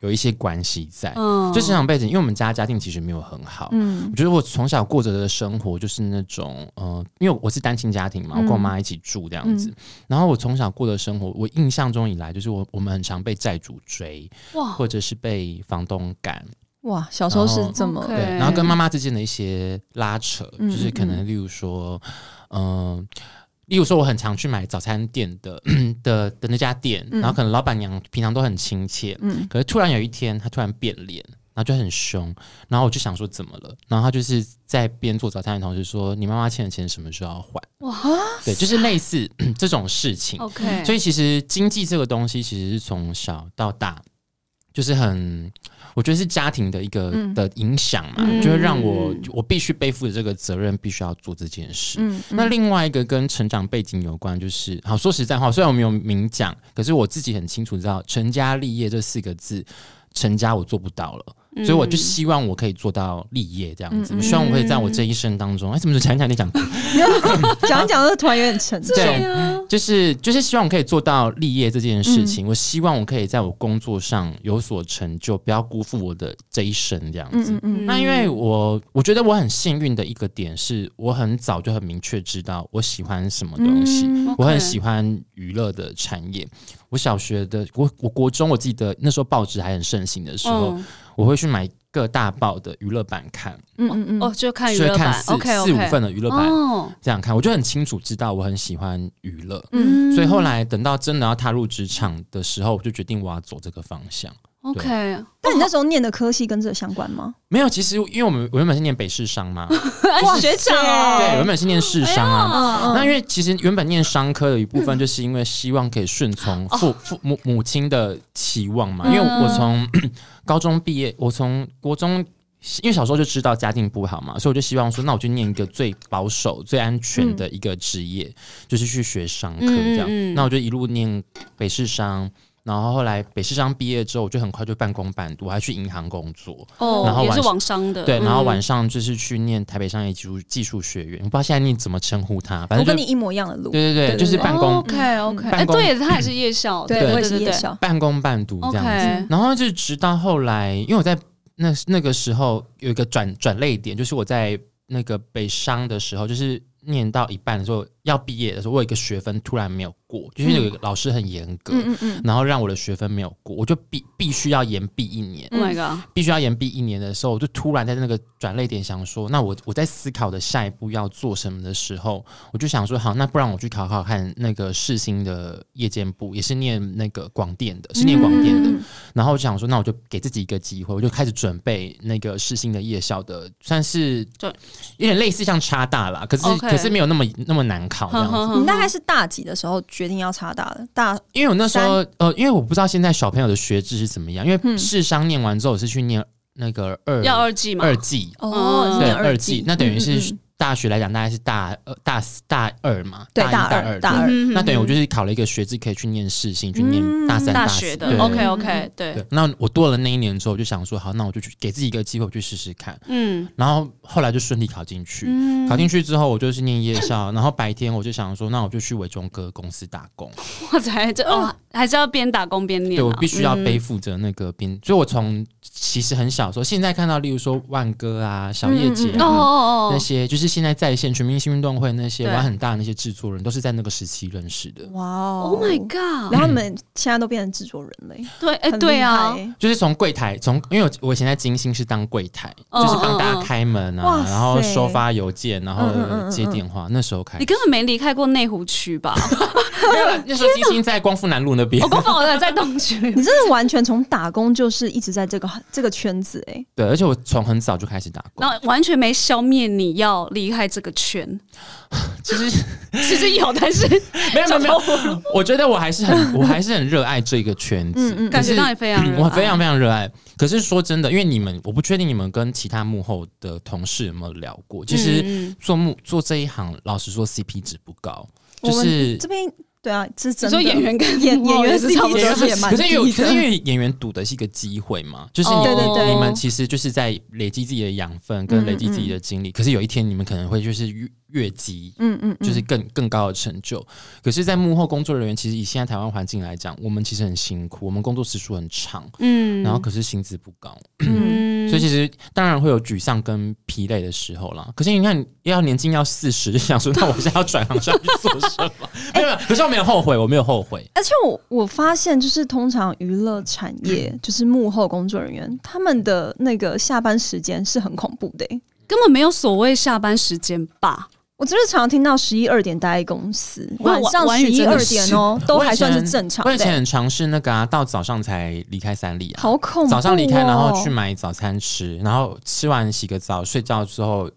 C: 有一些关系在。
B: 嗯
C: 就成长背景，因为我们家家境其实没有很好，
A: 嗯
C: 我觉得我从小过着的生活就是那种，呃，因为我是单亲家庭嘛，
A: 嗯
C: 我跟我妈一起住这样子。然后我从小过的生活，我印象中以来就是我我们很常被债主追，
B: 哇，
C: 或者是被房东赶，
A: 哇，小时候是这么
B: 然后
C: 对，
B: 对
C: 然后跟妈妈之间的一些拉扯，
A: 嗯
C: 就是可能例如说，嗯、例如说我很常去买早餐店的 的的那家店，
A: 嗯
C: 然后可能老板娘平常都很亲切，
A: 嗯，
C: 可是突然有一天她突然变脸，然后就很凶，然后我就想说怎么了，然后她就是在边做早餐的同时说，你妈妈欠的钱什么时候要还？
B: 哇
C: 对，就是类似 这种事情。
B: ，OK，
C: 所
B: 以
C: 以其实经济这个东西，其实是从小到大，就是很，我觉得是家庭的一个、
A: 嗯
C: 的影响嘛，
A: 嗯
C: 就会让我我必须背负的这个责任，必须要做这件事。
A: 嗯，
C: 那另外一个跟成长背景有关，就是好说实在话，虽然我没有明讲，可是我自己很清楚知道“成家立业”这四个字，成家我做不到了，所以我
B: 嗯
C: 就希望我可以做到立业这样子。
A: 嗯
C: 我希望我可以在我这一生当中，哎、怎么讲讲 你讲
A: 讲一讲就突然有点沉 重，
C: 对就是就是希望我可以做到立业这件事
A: 嗯
C: 情，我希望我可以在我工作上有所成就，不要辜负我的这一生这样子。
A: 嗯嗯嗯，
B: 嗯
C: 那因为我我觉得我很幸运的一个点是，我很早就很明确知道我喜欢什么东西。
A: 嗯
C: 我很喜欢娱乐的产业。我小学的，我我国中，我记得那时候报纸还很盛行的时候，
B: 嗯
C: 我会去买各大报的娱乐版看，
A: 嗯嗯
B: 哦，
A: 嗯，
B: 就看娱
C: 就会
B: 乐
C: 看
B: 版
C: 四
B: ，OK OK，
C: 四五份的娱乐版、
B: 哦，
C: 这样看，我就很清楚知道我很喜欢娱乐。
A: 嗯
C: 所以后来等到真的要踏入职场的时候，我就决定我要走这个方向。
B: OK，
A: 那你那时候念的科系跟这相关吗？
C: 没有，其实因为我们我原本是念北市商 嘛，
A: 哇
B: 学
A: 塞
B: 长
C: 对，
B: 哦，哎
C: 原本是念市商啊。
A: 嗯
C: 那因为其实原本念商科的一部分，就是因为希望可以顺
A: 哦
C: 从父父母母亲的期望
A: 嗯
C: 嘛。因为我从 高中毕业，我从国中，因为小时候就知道家境不好嘛，所以我就希望说，那我就念一个最保守、最安全
A: 嗯
C: 的一个职业，就是去学商科这样
B: 嗯嗯嗯。
C: 那我就一路念北市商。然后后来北市商毕业之后，我就很快就半工半读，我还去银行工作。
A: 嗯
B: 哦
C: 然后，
B: 也是
C: 晚
B: 网商的，
C: 对，然后晚
B: 上
C: 上就是去念台北商业技术技术学院，我不知道现在你怎么称呼它，反
A: 我
C: 正就
A: 跟你一模一样的路，
C: 对对
A: 对
C: 对，就是
A: 对
C: 办公
B: OK OK，哎，
C: 办公
B: 对，他也是夜
A: 嗯
B: 校，
A: 哦
B: 嗯
A: 对，我也
B: 对
A: 是
B: 对
A: 夜
B: 对
A: 校，
C: 半工半读这样子。
B: ，OK，
C: 然后就直到后来，因为我在那那个时候有一个转转类点，就是我在那个北商的时候，就是念到一半的时候要毕业的时候，我有一个学分突然没有过，就是有一个老师很严格，
A: 嗯嗯嗯，
C: 然后让我的学分没有过，我就必必须要延毕一年。
A: 嗯
B: Oh my god！
C: 必须要延毕一年的时候，我就突然在那个转泪点想说，那我我在思考的下一步要做什么的时候，我就想说，好，那不然我去考考看那个世新的夜间部，也是念那个广电的，是念广电的。
A: 嗯嗯嗯
C: 然后我就想说，那我就给自己一个机会，我就开始准备那个世新的夜校的，算是
B: 就
C: 有点类似像差大啦，可是
B: OK
C: 可是没有那么那么难考这样子。
A: 你大概是大几的时候决定要插大的？大
C: 因为我那时候呃，因为我不知道现在小朋友的学制是怎么样，因为世商念完之后我是去念那个二
B: 嗯要二季
A: 嗯
B: 嘛？
C: 二季，
A: 哦，
B: 嗯
A: 你
C: 对
A: 念
C: 二
A: 季
C: 季，，那等于
A: 嗯
C: 是
A: 嗯
C: 大学来讲，大概是大呃大四大二嘛，
A: 对
C: 一
A: 大
C: 大
A: 二
C: 大
A: 大二，
C: 那等于我就是考了一个学制，可以去念世新，去念
A: 嗯
C: 大三
B: 大
C: 四
B: 学的
C: 对
B: OK OK 对
C: 对，，那我多了那一年之后，我就想说，好，那我就去给自己一个机会，我去试试看。
B: 嗯
C: 然后后来就顺利考进去，
B: 嗯
C: 考进去之后，我就是念夜校，然后白天我就想说，那我就去伟忠哥公司打工。
B: 哇塞，这哦还是要边打工边念
C: 对
B: 啊，
C: 我必须要
B: 嗯
C: 背负着那个边，所以我从其实很小的时候，现在看到，例如说万哥啊、小叶
A: 嗯
C: 姐
A: 嗯嗯
B: 哦
C: 啊。
B: 哦
C: 那
B: 哦，
C: 些就是现在在线全明星运动会那些
B: 对
C: 玩很大的那些制作人，都是在那个时期认识的。
A: 哇哦
B: Oh my god！
A: 然后你们现在都变成制作人了耶，
B: 对，哎，
A: 很
B: 对
A: 厉
B: 啊
A: 害，耶
C: 就是从柜台，从因为我我以前在金星是当柜台，
B: 嗯
C: 就是帮大家开门
A: 嗯
B: 哦
C: 啊，
A: 嗯
C: 然后收发邮件，
A: 嗯
C: 然
A: 嗯嗯
C: 后
A: 嗯
C: 接电话。那时候开
B: 你
C: 始，
B: 根本没离开过内湖区 吧？
C: 没有 啦那时候金星在光复南路那边
B: 我，刚好我在东区，
A: 你真的完全从打工就是一直在这个这个圈子哎、
C: 对，而且我从很早就开始打工
B: 然。后完全没消灭你要离开这个圈。
C: 其实
B: 其实有，但是
C: 没有没有没 有，我觉得我还是很我还是很热爱这个圈子，
A: 嗯嗯
B: 感
C: 可
B: 觉
C: 是
B: 到你非 常热爱，
C: 我非常非常热爱。可是说真的，因为你们，我不确定你们跟其他幕后的同事有没有聊过。其实
B: 嗯嗯
C: 做幕做这一行，老实说 CP 值不高，
A: 我
C: 就
A: 们
C: 是
A: 这边对啊，这是
B: 你
A: 真的
B: 说演员跟
A: 演演员
B: 是差不
A: 我
B: 多
A: 觉得 CP 值也蛮
C: 可是因为
A: 低的
C: 可是因为演员赌的是一个机会嘛，就是你、
B: 哦
A: 对对对嗯
C: 你们其实就是在累积自己的养分跟累积自己的经历。可是有一天你们可能会就是越越级。
A: 嗯嗯嗯，
C: 就是更更高的成就，可是，在幕后工作人员，其实以现在台湾环境来讲，我们其实很辛苦，我们工作时数很长，
B: 嗯
C: 然后可是薪资不高，
A: 嗯
B: 嗯
C: 所以其实当然会有沮丧跟疲累的时候啦。可是你看，要年近要四十， 就想说，那我现在要转行是要去做什 么？
A: 哎
C: 没有，没有可是我没有后悔，我没有后悔。
A: 而且我我发现，就是通常娱乐产业， 就是幕后工作人员，他们的那个下班时间是很恐怖的欸、
B: 根本没有所谓下班时间吧？
A: 我真的常常听到十一二点待在公司，
B: 哇
A: 晚上
B: 婉
A: 十
B: 婉宇
A: 一
B: 真
A: 二
B: 的是
A: 点哦、都
C: 我以
A: 还算是
C: 前
A: 正常
C: 我
A: 的
C: 以
A: 欸、
C: 前很尝试那个啊，到早上才离开三立啊，
A: 好恐怖、哦！
C: 早上离开，然后去买早餐吃，然后吃完洗个澡，睡觉之后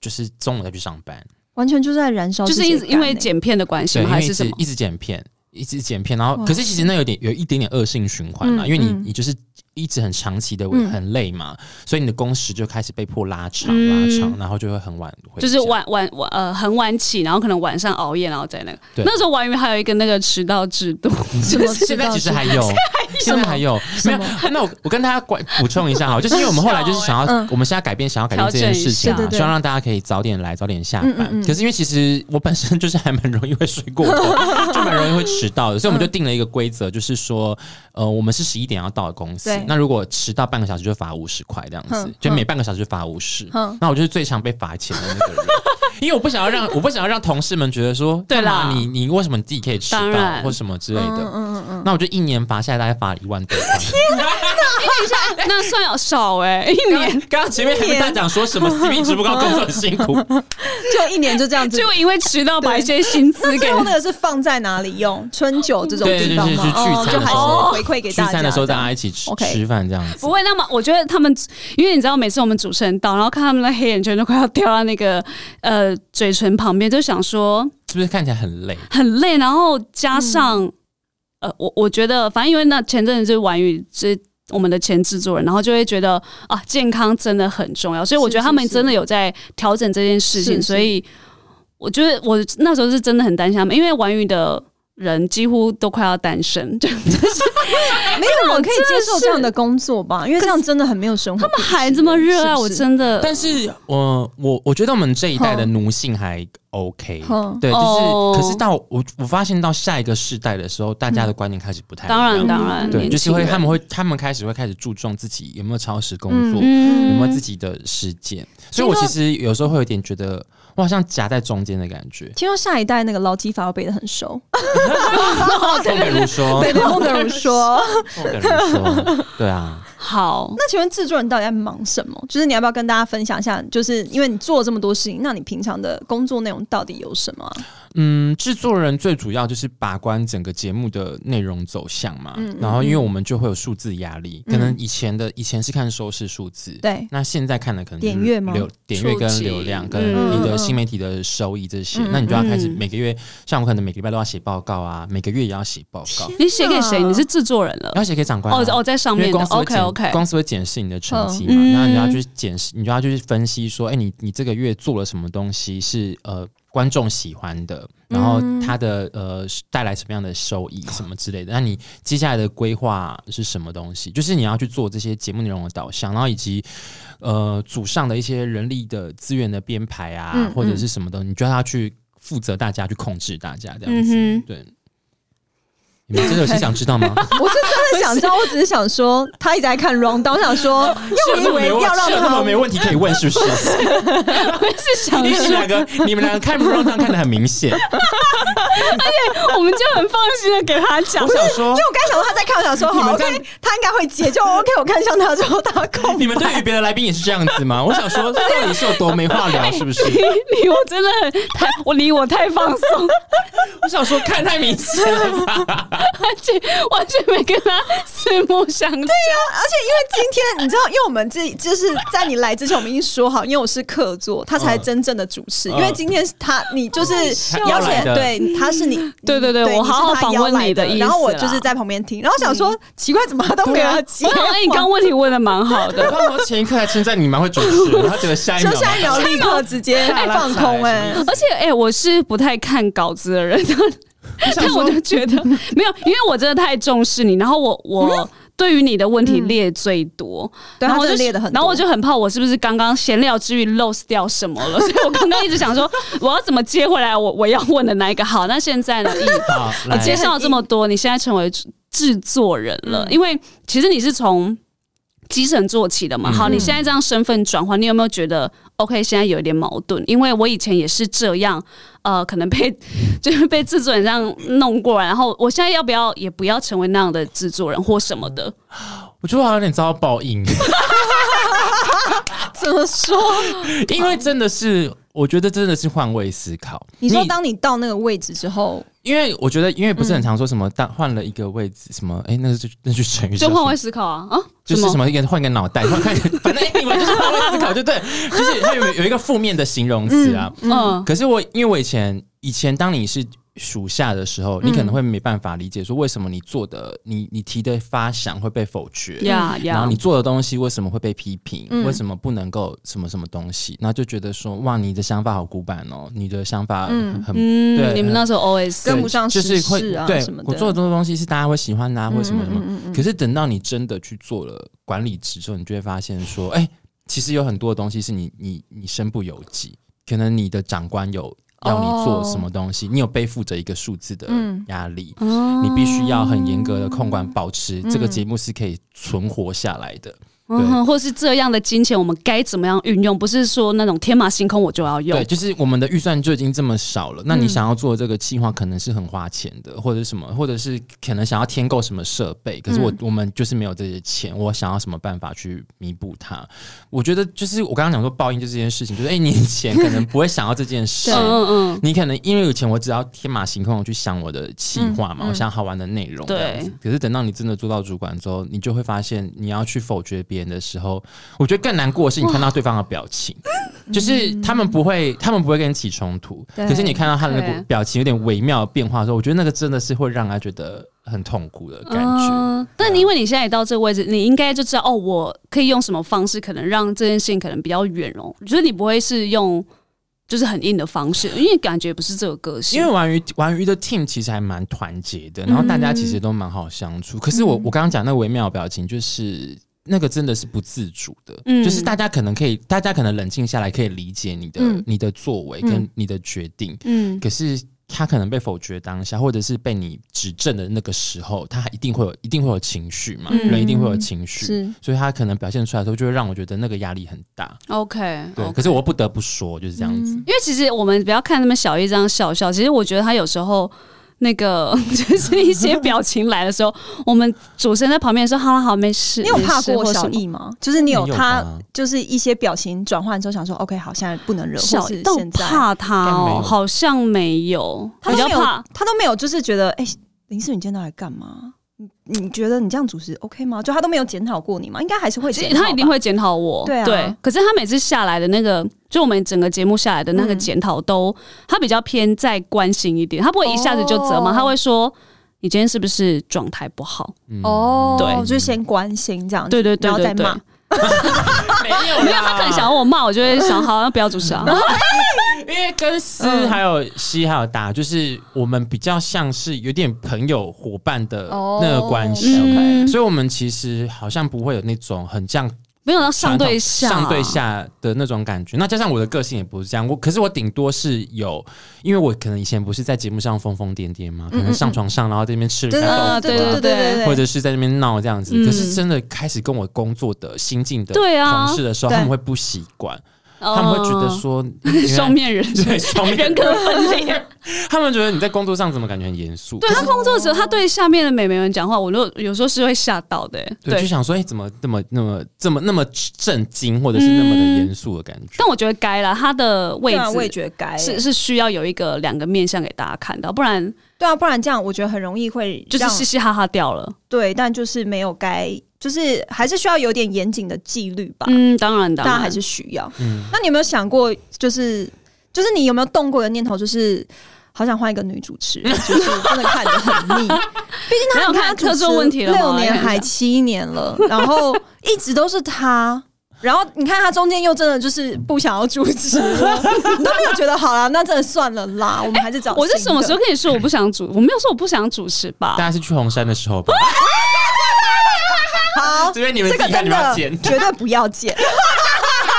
C: 就是中午再去上班，
A: 完全就是在燃烧
B: 就
A: 自己
B: 是
A: 的肝欸、
B: 因因为剪片的关系
C: 对，
B: 吗？
C: 因为
B: 还
C: 一
B: 是什
C: 直
B: 么？
C: 一直剪片，一直剪片，然后
A: 哇
C: 可是其实那有点有一点点恶性循环啦，
A: 嗯
C: 因为你
A: 嗯
C: 你就是一直很长期的
A: 嗯
C: 很累嘛，所以你的工时就开始被迫拉长
B: 嗯
C: 拉长，然后就会很晚回
B: 就
C: 家，
B: 是晚晚晚呃很晚起，然后可能晚上熬夜，然后在那个
C: 对
B: 那时候玩鱼还有一个那个迟到制度，
A: 什么
C: 现 在其实
A: 知道
C: 还有，现在还有，没
A: 什
C: 有
A: 么？
C: 那我我跟大家管补充一下哈，就是因为我们后来就是想要
A: 嗯，
C: 我们现在改变，想要改变这件事情
A: 调整一
C: 啊，
A: 下
C: 希望让大家可以早点来，早点下
A: 嗯嗯
C: 班。
A: 嗯
C: 可是因为其实我本身就是还蛮容易会睡 过头，就蛮容易会迟到的，所以我们就
A: 嗯
C: 定了一个规则，就是说，呃，我们是十一点要到公司
A: 对，
C: 那如果迟到半个小时就罚五十块这样子
A: 嗯，
C: 就每半个小时就罚五十
A: 嗯。
C: 那我就是最常被罚钱的那个人。 因为我不想要让我不想要让同事们觉得说，
B: 对啦
C: 干嘛你你为什么你自己可以迟
B: 当
C: 到
B: 然
C: 或什么之类
A: 嗯
C: 的
A: 嗯，嗯嗯，
C: 那我就一年罚下来，大概罚一万多块。
B: 那算要少哎、一
C: 刚
B: 年。
C: 刚刚前面还跟大家讲说什么 CP 值不高，工作很辛苦，
A: 就一年就这样子
B: 就。因为迟到把一些薪资
A: 那
B: 给
A: 最后那个是放在哪里用？春酒这种
C: 对
A: 地方吗？
C: 对对对去聚餐的
A: 哦，就还
C: 时候
A: 是回 馈给
C: 聚
A: 大家。
C: 餐的时候
A: 这
C: 大
A: 样
C: 家一起吃
A: OK
C: 吃饭这样子
B: 不。会那么，我觉得他们，因为你知道，每次我们主持人到，然后看他们的黑眼圈都快要掉到那个呃嘴唇旁边，就想说
C: 是不是看起来很累？
B: 很累，然后
A: 嗯
B: 加上、呃，我我觉得，反正因为那前阵子就是婉宇这我们的前制作人，然后就会觉得啊，健康真的很重要，所以我觉得
A: 是是
B: 他们
A: 是
B: 真的有在调整这件事情，
A: 是是
B: 所以我觉得我那时候是真的很担心他们，因为婉宇的人几乎都快要单身，就
A: 没有人可以接受这样的工作吧？因为这样真的很没有生活。他
B: 还这么热爱，我真的
C: 但是，我我我觉得我们这一代的奴性还 OK，、
A: 嗯
C: 对，就是、
B: 哦
C: 可是到我我发现到下一个世代的时候，大家的观念开始不太一样
B: 当
A: 嗯
B: 然当然，
C: 对，
B: 嗯年
C: 就是
B: 轻
C: 会
B: 人
C: 他们会他们开始会开始注重自己有没有超时工作，
B: 嗯
C: 有没有自己的时间，所以我其实有时候会有点觉得我好像夹在中间的感觉。
A: 听说下一代那个劳基法要背得很熟，
C: 孟耿如 说，
A: 对对，孟德如说。
C: 孟耿如说，对啊，
B: 好，
A: 那请问制作人到底在忙什么？就是你要不要跟大家分享一下？就是因为你做了这么多事情，那你平常的工作内容到底有什么啊、
C: 嗯，制作人最主要就是把关整个节目的内容走向嘛，
A: 嗯嗯
C: 然后因为我们就会有数字压力，
A: 嗯
C: 可能以前的以前是看收视数字，
A: 对，
C: 那现在看的可能
A: 点阅吗
C: 流点阅
B: 触
C: 跟
B: 及
C: 流量，跟
B: 嗯
C: 你的新媒体的收益这些，
A: 嗯
C: 那你就要开始
B: 嗯
C: 每个月，像我可能每个礼拜都要写报告啊，每个月也要写报告，
B: 你写给谁？你是制作人了
C: 要。写给长官啊、
B: 哦哦，在上
C: 因为
B: 面的
C: 公司会
B: OK
C: 检
B: OK，
C: 公司会检视你的成绩嘛，
B: 嗯
C: 然后你就要去检视，你就要去分析说，哎、你你这个月做了什么东西是呃观众喜欢的，然后
B: 嗯
C: 它的呃带来什么样的收益什么之类的，那你接下来的规划是什么东西？就是你要去做这些节目内容的导向，然后以及呃组上的一些人力的资源的编排啊，
A: 嗯
C: 或者是什么东西，你就要去负责大家去控制大家这样子，
B: 嗯哼
C: 对。你们真的有些想知 道吗？
A: 我是真的想知道，我只是想说，他一直在看 round，我想说，又以为要让
C: 我
A: 他
C: 们没问题可以问，是不是？
B: 我也是想
C: 你 们
B: 说
C: 两，个，你们两个看不上看的很 明显。
B: 我们就很放心的给他讲
C: 我。想说
A: 因为，我刚才想说他在看，我想说
C: 你
A: 好
C: 们在
A: ，OK，他应该会接，就哦 OK。我看向他之后，他空
C: 你们对于别的来宾也是这样子吗？我想说，到底是有多没话 聊，是不是？
B: 你你我真的很太，我离我太放松，
C: 我想说，看太明显了吧？
B: 完全完全没跟他四目相对
A: 啊而且因为今天你知道，因为我们这就是在你来之前，我们已经说好，因为我是客座，他才真正的主持。
C: 嗯
A: 因为今天是他，你就是
C: 哦
A: 邀
C: 邀来
A: 请，
C: 的
A: 对，他是你，
B: 对对对
A: 你
B: 我
A: 是
B: 好好
A: 他
B: 访
A: 邀
B: 问
A: 来
B: 你
A: 的
B: 的意
A: 然后我
B: 思
A: 就是
B: 啦
A: 在旁边听，然后想说 奇怪，怎么他都没
C: 啊
A: 有接
B: 我想，哎，你刚刚问题问的蛮好
C: 我
B: 的，
C: 刚刚前一刻还称赞你蛮会主持，然后结果下一秒
A: 就下一秒立刻直接放空哎、
C: 我
B: 而且哎、我是不太看稿子的人，
C: 想
B: 但我
C: 说
B: 就觉得没有，因为我真的太重视你，然后我我对于你的问题列最多，
A: 嗯对
B: 然后
A: 他
B: 我
A: 真
B: 就
A: 的列得很多
B: 然后我就很怕我是不是刚刚闲聊之余 lose 掉什么了，所以我刚刚一直想说我要怎么接回来我我要问的那一个好，那现在呢？一
C: 好
B: 你哦介
C: 来，
B: 绍了这么多，你现在成为制制作人了，
A: 嗯
B: 因为其实你是从基层做起的嘛。好，
C: 嗯
B: 你现在这样身份转换，你有没有觉得 OK？现在有一点矛盾，因为我以前也是这样，呃，可能被 就是被制作人这样弄过来，然后我现在要不要也不要成为那样的制作人或什么的？
C: 我觉得我好像有点遭到 报应，
A: 怎么说？
C: 因为真的是，我觉得真的是换位思考。
A: 你说当你到那个位置之后，
C: 因为我觉得，因为不是很常说什么，当换了一个位置，什么哎，那是那句成语
B: 就
C: 叫什么
B: 换位思考啊啊！
C: 就是什
B: 么？
C: 么一个换个脑袋， 换看，反正你们就是换位思考，就对，就是它有有一个负面的形容词啊。
B: 嗯，
C: 可是我因为我以前以前当你是属下的时
A: 嗯
C: 候，你可能会没办法理解说为什么你做的你你提的发想会被否决。
B: 呀
C: 然后
B: 呀
C: 你，做的东西为什么会被批评？
A: 嗯
C: 为什么不能够什么什么东西？然后就觉得说，哇，你的想法好古板哦，你的想法
A: 嗯
C: 很很对
B: 嗯，你们那时候
A: 跟
B: OS
A: 不上
C: 就
A: 时
C: 是会
A: 事啊
C: 对
A: 什么的
C: 我做的多东西是大家会喜欢的、啊，或者什么
A: 嗯
C: 什么。
A: 嗯嗯嗯
C: 可是等到你真的去做了管理职之后，你就会发现说，哎、其实有很多东西是你你你身不由己，可能你的长官有要你做什么东西，你有背负着一个数字的
A: 哦嗯
C: 压力，
B: 哦
C: 你必须要很严格的控管，保持
A: 嗯
C: 这个节目是可以存活下来的。
B: 嗯哼，或是这样的金钱，我们该怎么样运用？不是说那种天马行空我就要用
C: 对，，就是我们的预算就已经这么少了，那你想要做这个计划，可能是很花钱的，或者是什么，或者是可能想要添购什么设备，可是我、我们就是没有这些钱，我想要什么办法去弥补它？我觉得就是我刚刚讲说报应就这件事情，就是哎、你以前可能不会想到这 件事
B: 嗯。嗯嗯，
C: 你可能因为以前我只要天马行空的去想我的计划嘛，
A: 嗯嗯
C: 我想好玩的内容这样子。可是等到你真的做到主管之后，你就会发现你要去否决别人的时候，我觉得更难过的是你看到对方的表情，就是他们不会，他们不会跟你起冲突，
A: 对
C: 可是你看到他的那
B: 对
C: 个表情有点微妙的变化的时候，我觉得那个真的是会让他觉得很痛苦的感觉。
B: 嗯但因为你现在也到这个位置，你应该就知道哦，我可以用什么方式，可能让这件事情可能比较圆融。就是你不会是用就是很硬的方式，因为感觉不是这个个性。
C: 因为玩鱼玩鱼的 team 其实还蛮
B: 嗯
C: 团结的，然后大家其实都蛮好相处。可是我我刚刚讲那个微妙的表情，就是那个真的是不自主的，
B: 嗯
C: 就是大家可能可以，大家可能冷静下来可以理解你的、
A: 嗯
C: 你的作为跟你的决定，
B: 嗯，
C: 可是他可能被否决当下，或者是被你指正的那个时候，他一定会有一定会有情绪嘛，
B: 嗯
C: 人一定会有情绪，
A: 是
C: 所以他可能表现出来的时候，就会让我觉得那个压力很大。
B: OK，
C: 对
B: OK
C: 可是我不得不说就是这样子。
B: 因为其实我们不要看那么小一张笑笑，其实我觉得他有时候。那个 就是一些表情来的时候，我们主持人在旁边说：“好了，好，没事。”
A: 你有怕
B: 没事
A: 过
B: 或
A: 小
B: 什么
A: 易吗？就是你有
C: 没有
A: 他
C: 吧，
A: 就是一些表情转换之后，想说 OK，好，现在不能惹，或
B: 小
A: 是
B: 到
A: 现在
B: 怕他
C: 但没有
B: 哦，好像没有，
A: 他
B: 比
A: 都
B: 较
A: 没有
B: 怕。，
A: 他都没有，就是觉得哎、林思雨你今天到底干嘛？你你觉得你这样主持 OK 吗？就他都没有检讨过你嘛，应该还是会
B: 其
A: 检
B: 实
A: 讨吧，
B: 他一定会检讨我，
A: 对啊
B: 可是他每次下来的那个，就我们整个节目下来的那个
A: 嗯
B: 检讨，都、他比较偏在关心一点，他不会一下子就责骂，
A: 哦
B: 他会说你今天是不是状态不好？
C: 嗯
A: 哦，
B: 对
A: 就是先关心这样子，
B: 对对对
A: 然后
B: 对
A: 再
B: 对
A: 骂。
C: 没有
B: 没有，他可能想要我骂，我就会想好，那不要主 持啊。
C: 因为跟
B: 嗯
C: 思还有西还有达，就是我们比较像是有点朋友伙伴的那个关系。
B: 哦 OK
C: 所以我们其实好像不会有那种很像
B: 没有到上对下，啊
C: 传统上对。下的那种感觉。那加上我的个性也不是这样，我可是我顶多是有，因为我可能以前不是在节目上疯疯癫癫嘛，可能上床上然后在那边吃人家豆腐啊，
B: 嗯对对对对
C: 或者是在那边闹这样子。
B: 嗯
C: 可是真的开始跟我工作的新进的
B: 对啊
C: 同事的时候，
A: 对
C: 他们会不习惯，
B: 他
C: 他们会觉得 说
B: 哦双。面 人，
C: 原来对，双面
B: 人格分裂。
C: 他们觉得你在工作上怎么感觉很严肃？
B: 对他工作的时候，他对下面的美眉们讲话，我都有时候是会吓到的、欸
C: 对，就
B: 对，
C: 想说，哎、怎么那么、那么、这么、那么震惊，或者是那么的严肃的感觉？
B: 但我觉得该了，他的位
A: 对啊，我也
B: 置
A: 觉得该
B: 是是需要有一个两个面向给大家看到，不然
A: 对啊，不然这样我觉得很容易会
B: 就是
A: 让
B: 嘻嘻哈哈掉了。
A: 对，但就是没有该，就是还是需要有点严谨的纪律吧。
B: 嗯，当然，当
A: 大家
B: 然
A: 还是需要。
C: 嗯
A: 那你有没有想过，就是就是你有没有动过一个念头，就是好想换一个女主 持人，就是真的看着很腻。毕竟
B: 没
A: 他
B: 有
A: 你
B: 看
A: 看他
B: 特
A: 主持
B: 殊问题了吗
A: 六年
B: 你看一
A: 还
B: 下
A: 七年 了，然后一直都是他。然后你看他中间又真的就是不想要主持 了，你都没有觉得好啦，那真的算了啦，我们还是找、
B: 哎我是什么时候？跟你说我不想主？我没有说我不想主持吧
C: 大？家是去红山的时候吧？
A: 好，
C: 这边你们
A: 这
C: 自
A: 个
C: 己看，
A: 真
C: 你们要
A: 的
C: 剪。
A: 绝对不要剪。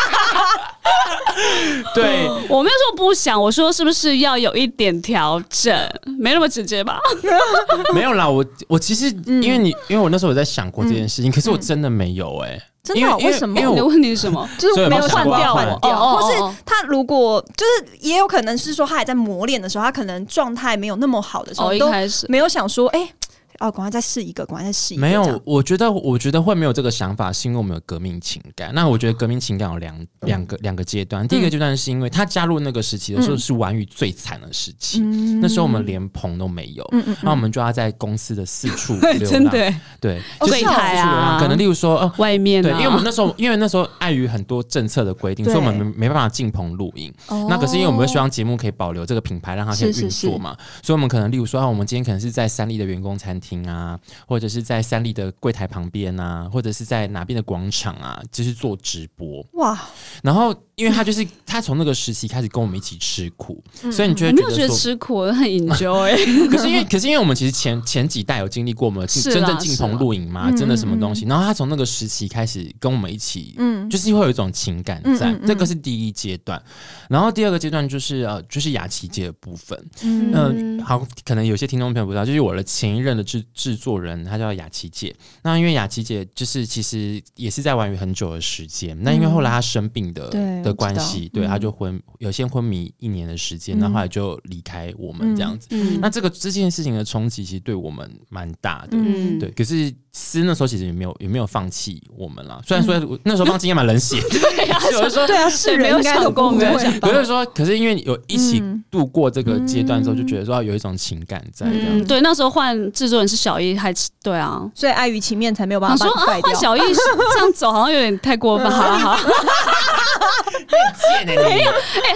C: 对，
B: 我没有说不想，我说是不是要有一点调整？没那么直接吧？
C: 没有啦，我我其实因为你，因为我那时候有在想过这件事情，可是我真的没有哎、
A: 真的
C: 因
A: 哦
C: 因
A: 为什么
C: 因为
B: 你的
C: 我
B: 问题是什么？
A: 就
C: 所以
A: 是没有
C: 我想
A: 换
C: 过要
A: 掉，
C: 换
A: 换掉，
B: 哦哦哦
A: 或是他如果就是也有可能是说他还在磨练的时候，他可能状态没有那么好的时候，
B: 哦，一
A: 都
B: 开始
A: 没有想说，哎、哦，赶快再试一个，赶快再试一个，
C: 没
A: 这样
C: 有，我觉得我觉得会没有这个想法，是因为我们有革命情感。那我觉得革命情感有两
A: 嗯
C: 两个两个阶段，第一个阶段是因为他加入那个时期的时
A: 嗯
C: 候是玩语最惨的时期，那时候我们连棚都没
A: 嗯
C: 有，那我们就要在公司的四 处流浪，
B: 真的欸
C: 对，
A: 哦
C: 就是
A: 柜台
C: 四处流浪
B: 啊
C: 可能例如说，呃，
B: 外面
C: 对，
B: 啊，
C: 因为我们那时候，因为那时候碍于很多政策的规定，
A: 对
C: 所以我们没没办法进棚录音。
B: 哦
C: 那可是因为我们希望节目可以保留这个品牌，让它可以
A: 是是
C: 运
A: 是
C: 作嘛，所以我们可能例如说，啊，我们今天可能是在三立的员工餐厅啊，或者是在三立的柜台旁边啊，或者是在哪边的广场啊，就是做直播。
A: 哇，
C: 然后，因为他 就是他从那个时期开始跟我们一起吃苦，所以你就
B: 我
C: 会
B: 嗯没
C: 觉
B: 有
C: 得
B: 觉得
C: 说
B: 吃苦，我很 enjoy。
C: 可是因为，可是因为我们其实前前几代有经历过我们进
B: 是啦嗯
C: 真正进棚录影嘛，真的什么东西。然后他从那个时期开始跟我们一起，嗯，就是会有一种情感在，
A: 嗯嗯嗯
C: 这个是第一阶段。然后第二个阶段就是呃，就是雅琪姐的部分。 嗯、好，可能有些听众朋友不知道，就是我的前一任的制制作人，她叫雅琪姐。那因为雅琪姐就是其实也是在玩鱼很久的时间，那因为后来她生病的、
A: 嗯对
C: 的
A: 我
C: 关
A: 知道嗯
C: 系，对，她就昏有些昏迷一年的时间，那后来就离开我们这样子。
B: 嗯
C: 那这个这件事情的冲击，其实对我们蛮大的。
B: 嗯
C: 对，可是思那时候其实也没有也没有放弃我们啦，虽
A: 嗯
C: 然说我那时候放弃也蛮冷血的，
B: 对啊，
C: 有的时候，
A: 对啊，是
B: 没
A: 人
B: 有
A: 应该都
B: 想过
A: 不
B: 没有
A: 会
B: 想。
C: 可是说，可是因为有一起
A: 嗯
C: 度过这个阶段之后，就觉得说有一种情感在这样
B: 嗯，
C: 子。
B: 对，那时候换制作人是小一，还对啊。
A: 所以碍于情面才没有办
B: 我
A: 法
B: 说
A: 把你
B: 啊
A: 坏，
B: 换
A: 掉。
B: 小一是这样走好像有点太过分，好了 好了。
C: 贱欸你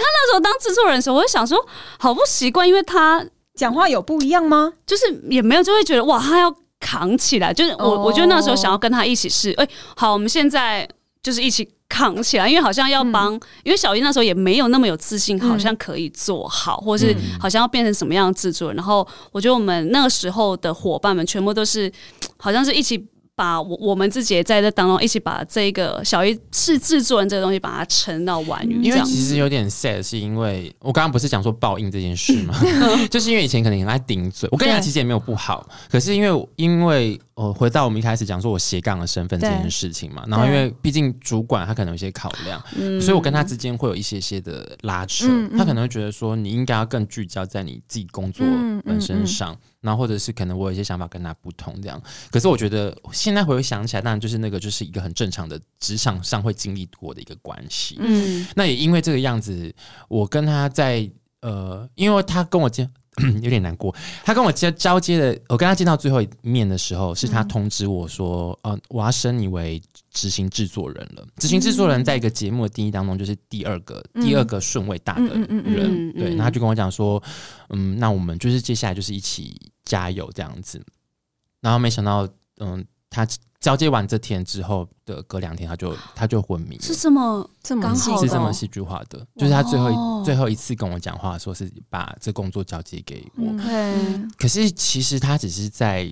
B: 那时候当制作人的时候，我就想说好不习惯，因为他
A: 讲话有不一样吗？
B: 就是也没有就会觉得哇，他要扛起来，就是我、
A: 哦
B: 我觉得那时候想要跟他一起试，哎、好，我们现在就是一起扛起来，因为好像要帮，因为小英那时候也没有那么有自信，好像可以做好，或是好像要变成什么样的制作人。然后我觉得我们那个时候的伙伴们全部都是，好像是一起。把我我们自己也在这当中一起把这一个小一是制作人这个东西把它撑到完于
C: 因
B: 这
C: 为
B: 样
C: 其
B: 子。
C: 实有点 sad，是因为我刚刚不是讲说报应这件事 吗？ 就是因为以前可能很爱顶嘴，我跟你讲
A: 对
C: 其实也没有不好，可是因为因为呃，回到我们一开始讲说我斜杠的身份这件事情嘛，然后因为毕竟主管他可能有一些考量，所以我跟他之间会有一些些的拉扯，
A: 嗯嗯
C: 他可能会觉得说你应该要更聚焦在你自己工作
A: 嗯
C: 本
A: 嗯
C: 身
A: 嗯
C: 上。然后或者是可能我有一些想法跟他不同这样，可是我觉得现在回想起来，当然就是那个就是一个很正常的职场上会经历过的一个关系。
B: 嗯，
C: 那也因为这个样子，我跟他在呃，因为他跟我接 有点难过，他跟我接交接的，我跟他见到最后一面的时候，是他通知我说，呃，我要升你为执行制作人了。执行制作人在一个节目的定义当中，就是第二个、
A: 嗯
C: 第二个顺位大的
A: 嗯
C: 人，
A: 嗯嗯
B: 嗯嗯
C: 对。然后他就跟我讲说，嗯，那我们就是接下来就是一起加油这样子。然后没想到，嗯，他交接完这天之后的隔两天，他就他就昏迷了。
B: 是这么嗯
A: 这么
B: 刚
A: 近
B: 好
C: 是
B: 的
C: 这
B: 哦
C: 么戏剧化的，就是他最后
B: 哦
C: 一最后一次跟我讲话，说是把这工作交接给我。
A: 嗯
B: 嗯
C: 可是其实他只是在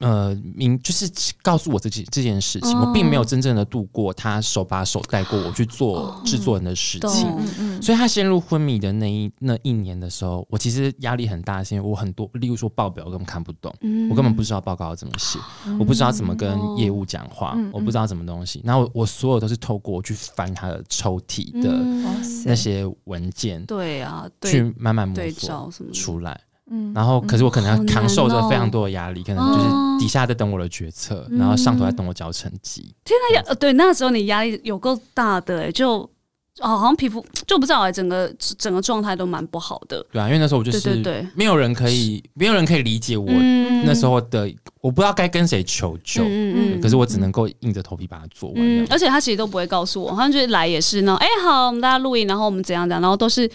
C: 呃明，就是告诉我这件这件事情，
B: 哦
C: 我并没有真正的度过他手把手带过我去做制作人的事情。
B: 懂
A: 嗯
C: 所以他陷入昏迷的那一那一年的时候，我其实压力很大，是因为我很多，例如说报表我根本看不懂，
B: 嗯哦
C: 我根本不知道报告要怎么写，我不知道怎么跟业务讲话，
A: 嗯嗯
C: 我不知道什么东西。然后我我所有都是透过去翻他的抽屉的
B: 嗯
A: 哇塞
C: 那些文件，
B: 对啊，对
C: 去慢慢摸
B: 对
C: 索
B: 照什么的
C: 出来。
A: 嗯
C: 然后，可是我可能
B: 好
C: 要扛受
B: 难哦
C: 着非常多的压力，可能
B: 哦
C: 就是底下在等我的决策，然后上头在等我交成绩。
B: 那也呃对，那时候你压力有够大的、欸，就哦，好像皮肤就不知道、欸，整个整个状态都蛮不好的。
C: 对啊，因为那时候我就
B: 对对
C: 是
B: 对，
C: 没有人可以，没有人可以理解我
B: 嗯
C: 那时候的，我不知道该跟谁求救，
B: 嗯
C: 可是我只能够硬着头皮把它做完这
B: 嗯
C: 样。，
B: 而且他其实都不会告诉我，他就是来也是那种，哎、好，我们大家录影，然后我们怎样怎样，然后都是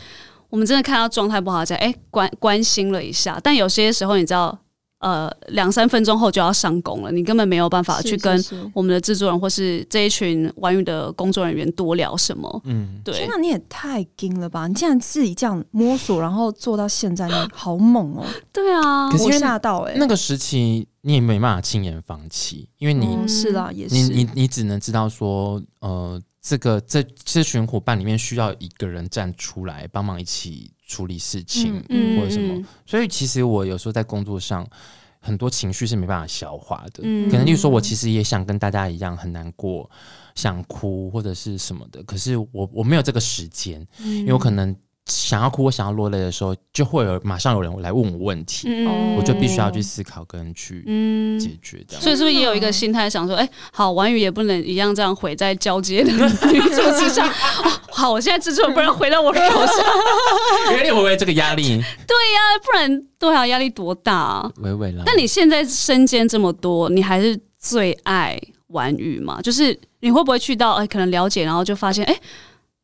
B: 我们真的看到状态不好，才哎、关关心了一下。但有些时候你知道，呃，两三分钟后就要上工了，你根本没有办法去跟我们的制作人或是这一群玩语的工作人员多聊什么。
C: 嗯，
B: 对
A: 天，哪，你也太精了吧！你竟然自己这样摸索，然后做到现 在，你好猛哦！
B: 对啊
C: 可，是因
A: 我
C: 为
A: 吓到哎、
C: 嗯那个时期你也没办法轻言放弃，因为你
A: 哦是啦，也是
C: 你你你只能知道说，呃，这个这这群伙伴里面需要一个人站出来帮忙一起处理事情，
B: 嗯，
C: 或者什么所以其实我有时候在工作上很多情绪是没办法消化的。
B: 嗯
C: 可能例如说，我其实也想跟大家一样很难过，想哭或者是什么的，可是我我没有这个时间，因为我
B: 嗯
C: 可能想要哭，我想要落泪的时候，就会有马上有人来问我问题，
B: 嗯
C: 我就必须要去思考跟去
B: 嗯
C: 解决 这样。
B: 所以是不是也有一个心态想说，哎、好，玩语也不能一样这样毁在交接的女主之上、哦。好，我现在制作人不然回到我手上，
C: 有点微微这个压力，
B: 不然对啊，压力多大、啊？
C: 微微啦。
B: 那你现在身兼这么多，你还是最爱玩语吗？就是你会不会去到哎、可能了解，然后就发现哎、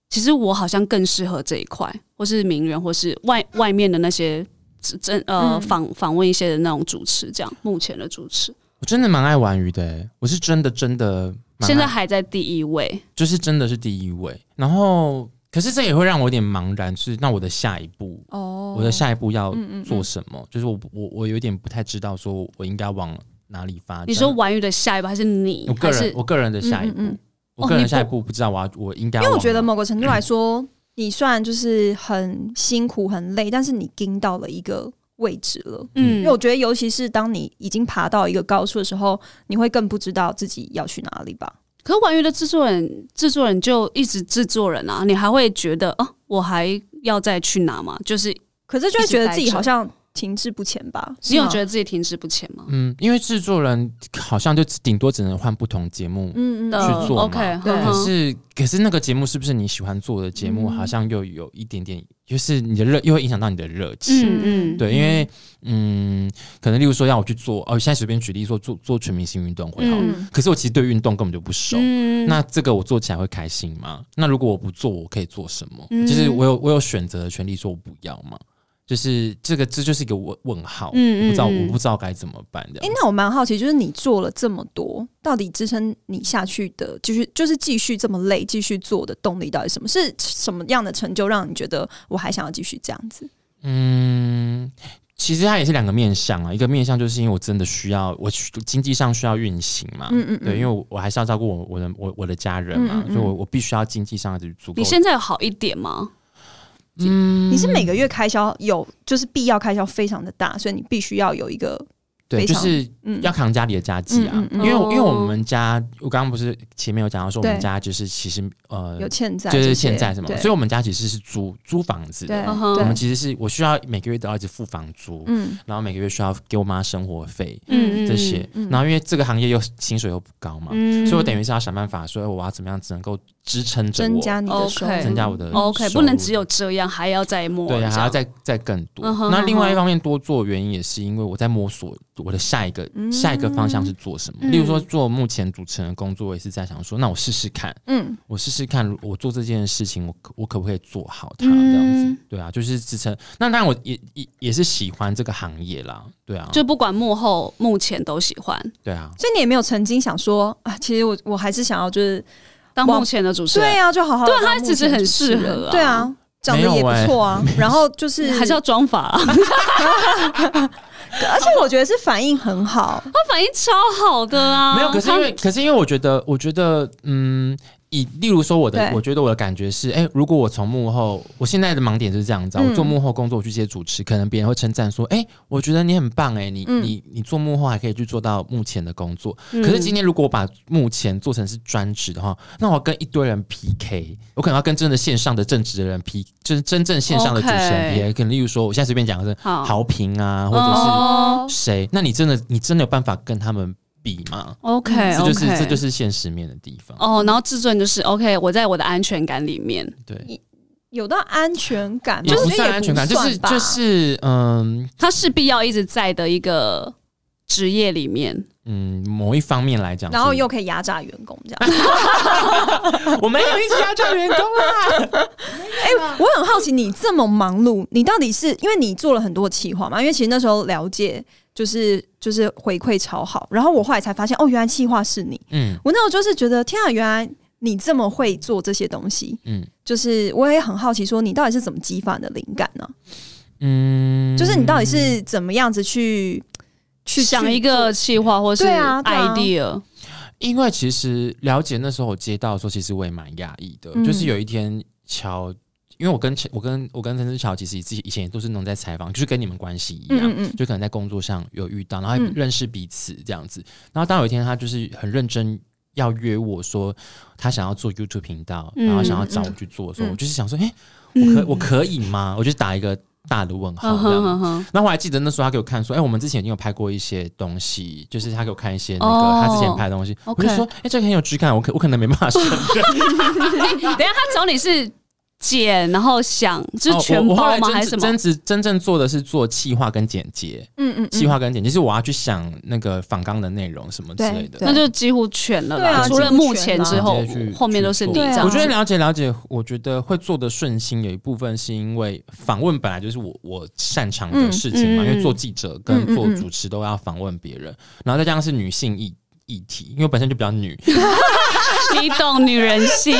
B: 其实我好像更适合这一块，或是名人，或是外外面的那些真呃
A: 嗯
B: 访访问一些的那种主持，这样目前的主持
C: 我真的蛮爱玩鱼的、欸，我是真的真的蛮爱，
B: 现在还在第一位，
C: 就是真的是第一位。然后，可是这也会让我有点茫然，是那我的下一步，
A: 哦
C: 我的下一步要
A: 嗯嗯嗯
C: 做什么？就是我我我有点不太知道，说我应该往哪里发展。
B: 你说玩语的下一步还是你
C: 啊我？个
B: 还是
C: 人我个人的下一步，
A: 嗯嗯嗯
C: 我个
B: 哦你
C: 人
B: 不
C: 下一步不知道我要我应该
A: 因为
C: 要
A: 我
C: 往
A: 觉得
C: 哪
A: 某个程度来说，你虽然就是很辛苦、很累，但是你盯到了一个位置了。
B: 嗯
A: 因为我觉得，尤其是当你已经爬到一个高处的时候，你会更不知道自己要去哪里吧？
B: 可是婉瑜的制作人，制作人就一直制作人啊，你还会觉得哦，我还要再去哪吗？就是
A: 可是就会觉得自己
B: 一直待着
A: 好像停滞不前吧？
B: 你有
A: 得？
B: 觉得自己停滞不前吗？
C: 嗯，因为制作人好像就只顶多只能换不同节目。
A: 嗯嗯
C: 去
A: 嗯，
C: 做嘛
B: o k
A: 对
C: 可是，可是那个节目是不是你喜欢做的节目？
A: 嗯
C: 好像又有一点点，就是你的热，又会影响到你的热情。
B: 嗯嗯，
C: 对，因为嗯，可能例如说让我去做，哦，现在随便举例说做做全明星运动会好了，
B: 嗯
C: 可是我其实对运动根本就不熟。
B: 嗯
C: 那这个我做起来会开心吗？那如果我不做，我可以做什么？
B: 嗯
C: 就是我有我有选择的权利，说我不要吗？就是这个，这就是一个问问号，
B: 嗯嗯
C: 我不知道，
B: 嗯
C: 我不知道该怎么办的
A: 哎、。那我蛮好奇，就是你做了这么多，到底支撑你下去的，就是就是继续这么累，继续做的动力到底是什么？是什么样的成就让你觉得我还想要继续这样子？
C: 嗯，其实它也是两个面向啊，一个面向就是因为我真的需要，我需经济上需要运行嘛，
A: 嗯嗯嗯
C: 啊对，因为我我还是要照顾我我的我我的家人嘛，
A: 嗯嗯嗯
C: 所以我我必须要经济上足够。
B: 你现在有好一点吗？嗯
A: 你是每个
C: 嗯
A: 月开销有就是必要开销非常的大，所以你必须要有一个
C: 对，
A: 非
C: 就
A: 常
C: 是
A: 嗯
C: 要扛家里的家计啊，
A: 嗯嗯嗯
C: 因为我因为
B: 哦
C: 我们家，我刚刚不是前面有讲到说我们
A: 对
C: 家就是其实呃
A: 有欠债这
C: 就
A: 些，
C: 是欠债什么，
A: 对
C: 所以我们家其实是租租房子
A: 对
C: 的，
B: 嗯哼
A: 对
C: 我们其实是我需要每个月都要一直付房租，
A: 嗯
C: 然后每个月需要给我妈生活费
B: 嗯，
C: 这些，
A: 嗯
C: 然后因为这个行业又薪水又不高嘛，
B: 嗯
C: 所以我等于是要想办法，说哎我要怎么样只能够支撑着
A: 增
C: 我
A: 加你的收入
B: OK
C: 增加我的
B: 哦 OK，
C: 收
B: 不能
C: 入
B: 只有这样，还要再摸，
C: 对，还要
B: 这样
C: 再再更多。
B: 嗯哼
C: 那另
B: 嗯
C: 外一
B: 哼
C: 方面多做原因也是因为我在摸索我的下一个、下一个方向是做什么，
B: 嗯
C: 例如说做目前主持人的工作，我也是在想说，那我试试看，
A: 嗯
C: 我试试看，我做这件事情，我可我可不可以做好它、
B: 嗯
C: 这样子？对啊，就是支撑。那当然我也也也是喜欢这个行业啦，对啊，
B: 就不管幕后幕前都喜欢
C: 对啊，
A: 所以你也没有曾经想说啊，其实我我还是想要就是
B: 当
A: 哇
B: 幕前的主持人
A: 对。啊，就好好
B: 对啊
A: 当
B: 他
A: 幕
B: 其实
A: 前
B: 很
A: 主
B: 适
A: 持人
B: 合啊
A: 对啊，长得
C: 没
A: 也
C: 有
A: 不
C: 欸
A: 错啊， 然后就是
B: 还是要妆法啊啦，他
A: 而且我觉得是反应很好，
B: 反应超好的啊！
C: 没有，可是因为，可是因为我觉得，我觉得，嗯，以例如说我的，
A: 对
C: 我觉得我的感觉是，哎、如果我从幕后，我现在的盲点就是这样子、啊，
A: 嗯
C: 我做幕后工作，我去接主持，可能别人会称赞说，哎、我觉得你很棒、哎，你、
A: 嗯
C: 你你做幕后还可以去做到幕前的工作。
B: 嗯
C: 可是今天如果我把幕前做成是专职的话，那我要跟一堆人 PK，我可能要跟真的线上的正职的人 P，就是真正线上的主持人
B: OK
C: PK，可能例如说，我现在随便讲的是
B: 好
C: 豪平啊，或者
B: 哦
C: 是谁，那你真的你真的有办法跟他们比吗？
B: ，OK，
C: 嗯这就是这就是是现实面的地方。
B: 哦，然后自尊就是 OK，我在我的安全感里面，
C: 对，
A: 有到安全感吗，
C: 也
A: 我
C: 不
A: 觉得
C: 算
A: 也
C: 安全感，
A: 不
C: 就是
A: 算吧
C: 就是嗯
B: 他势必要一直在的一个职业里面，
C: 嗯，某一方面来讲是，
A: 然后又可以压榨员工这样。
C: 我 没有一起压榨员工啊啦。
A: 哎、我很好奇，你这么忙碌，你到底是因为你做了很多企划嘛？因为其实那时候了解，就是就是回馈超好，然后我后来才发现，哦，原来企划是你。
C: 嗯
A: 我那时候就是觉得，天啊，原来你这么会做这些东西，
C: 嗯
A: 就是我也很好奇，说你到底是怎么激发你的灵感呢、
C: 嗯，
A: 就是你到底是怎么样子去去
B: 想一个计划或是
A: 对啊对啊
B: idea，
C: 因为其实了解那时候我接到说，其实我也蛮讶异的，
A: 嗯
C: 就是有一天乔。因为我跟我跟我跟陈志乔其实自己以前也都是那种在采访，就是跟你们关系一样，
A: 嗯嗯嗯
C: 就可能在工作上有遇到，然后
A: 嗯
C: 认识彼此这样子。然后当有一天他就是很认真要约我说他想要做 YouTube 频道，
B: 嗯
C: 然后想要找我去做的时候，
A: 嗯
C: 我就是想说，哎、我可我可以吗？我就打一个大的问号
B: 嗯
C: 这
B: 哼
C: 样子。
B: 哼哼，
C: 然后我还记得那时候他给我看说，哎、我们之前已经有拍过一些东西，就是他给我看一些那个、
B: 哦
C: 他之前拍的东西，我
B: OK
C: 就说，哎、这个很有质感，我可我可能没办 法胜任。
A: 嗯
B: 等一下他找你是剪，然后想是
C: 哦
B: 全
C: 我我后
B: 包
C: 来
B: 吗？
C: 真
B: 还是什
C: 真
B: 么？
C: 真真正做的是做企划跟剪接，
A: 嗯嗯，
C: 企划跟剪接，就是我要去想那个访纲的内容什么之类的
A: 对。
B: 那就几乎全了
A: 对
B: 啦，
A: 啊
B: 除了
A: 几乎
B: 目前
A: 全
B: 之
A: 啦
B: 后
C: 直接去，
B: 后面都是你
C: 去
B: 这
A: 做
B: 样子。
C: 我觉得了解了解，我觉得会做的顺心有一部分是因为访问本来就是我我擅长的事情嘛，
B: 嗯嗯
C: 因为做记者
A: 嗯
C: 跟
A: 嗯
C: 做
A: 嗯
C: 主持都要访问别人，然后再加上是女性议议题，因为我本身就比较女，
B: 你懂女人心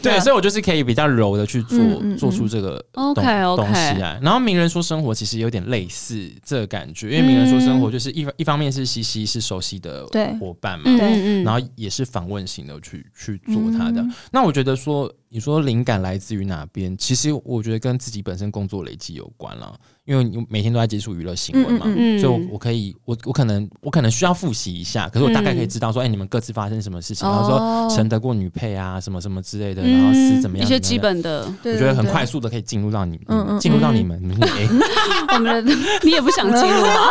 C: 对，所以我就是可以比较柔的去做、
A: 嗯嗯嗯
C: 做出这个东
B: ，OK
C: 东西
B: OK，
C: 来。然后名人说生活其实有点类似这个感觉，因为
A: 嗯
C: 名人说生活就是一、一方面是西西是熟悉的
A: 对
C: 伙伴嘛，
B: 嗯
A: 对
B: 嗯嗯，
C: 然后也是访问型的去去做它的。
A: 嗯
C: 那我觉得说，你说灵感来自于哪边？其实我觉得跟自己本身工作累积有关啦，因为你每天都在接触娱乐新闻嘛，
A: 嗯嗯
B: 嗯
C: 所以我我可以我我可能我可能需要复习一下，可是我大概可以知道说，哎、你们各自发生什么事情，然后
B: 嗯哦嗯
C: 说陈得过女配啊，什么什么之类的，然后是怎么样
B: 一
C: 怎么
B: 些
C: 样
B: 基。本的，
A: 对对
C: 我觉得很
A: 对
C: 快速的可以进入到你
A: 嗯嗯，嗯
C: 进入到你们，你们 哎，
B: 我们的你也不想进入啊。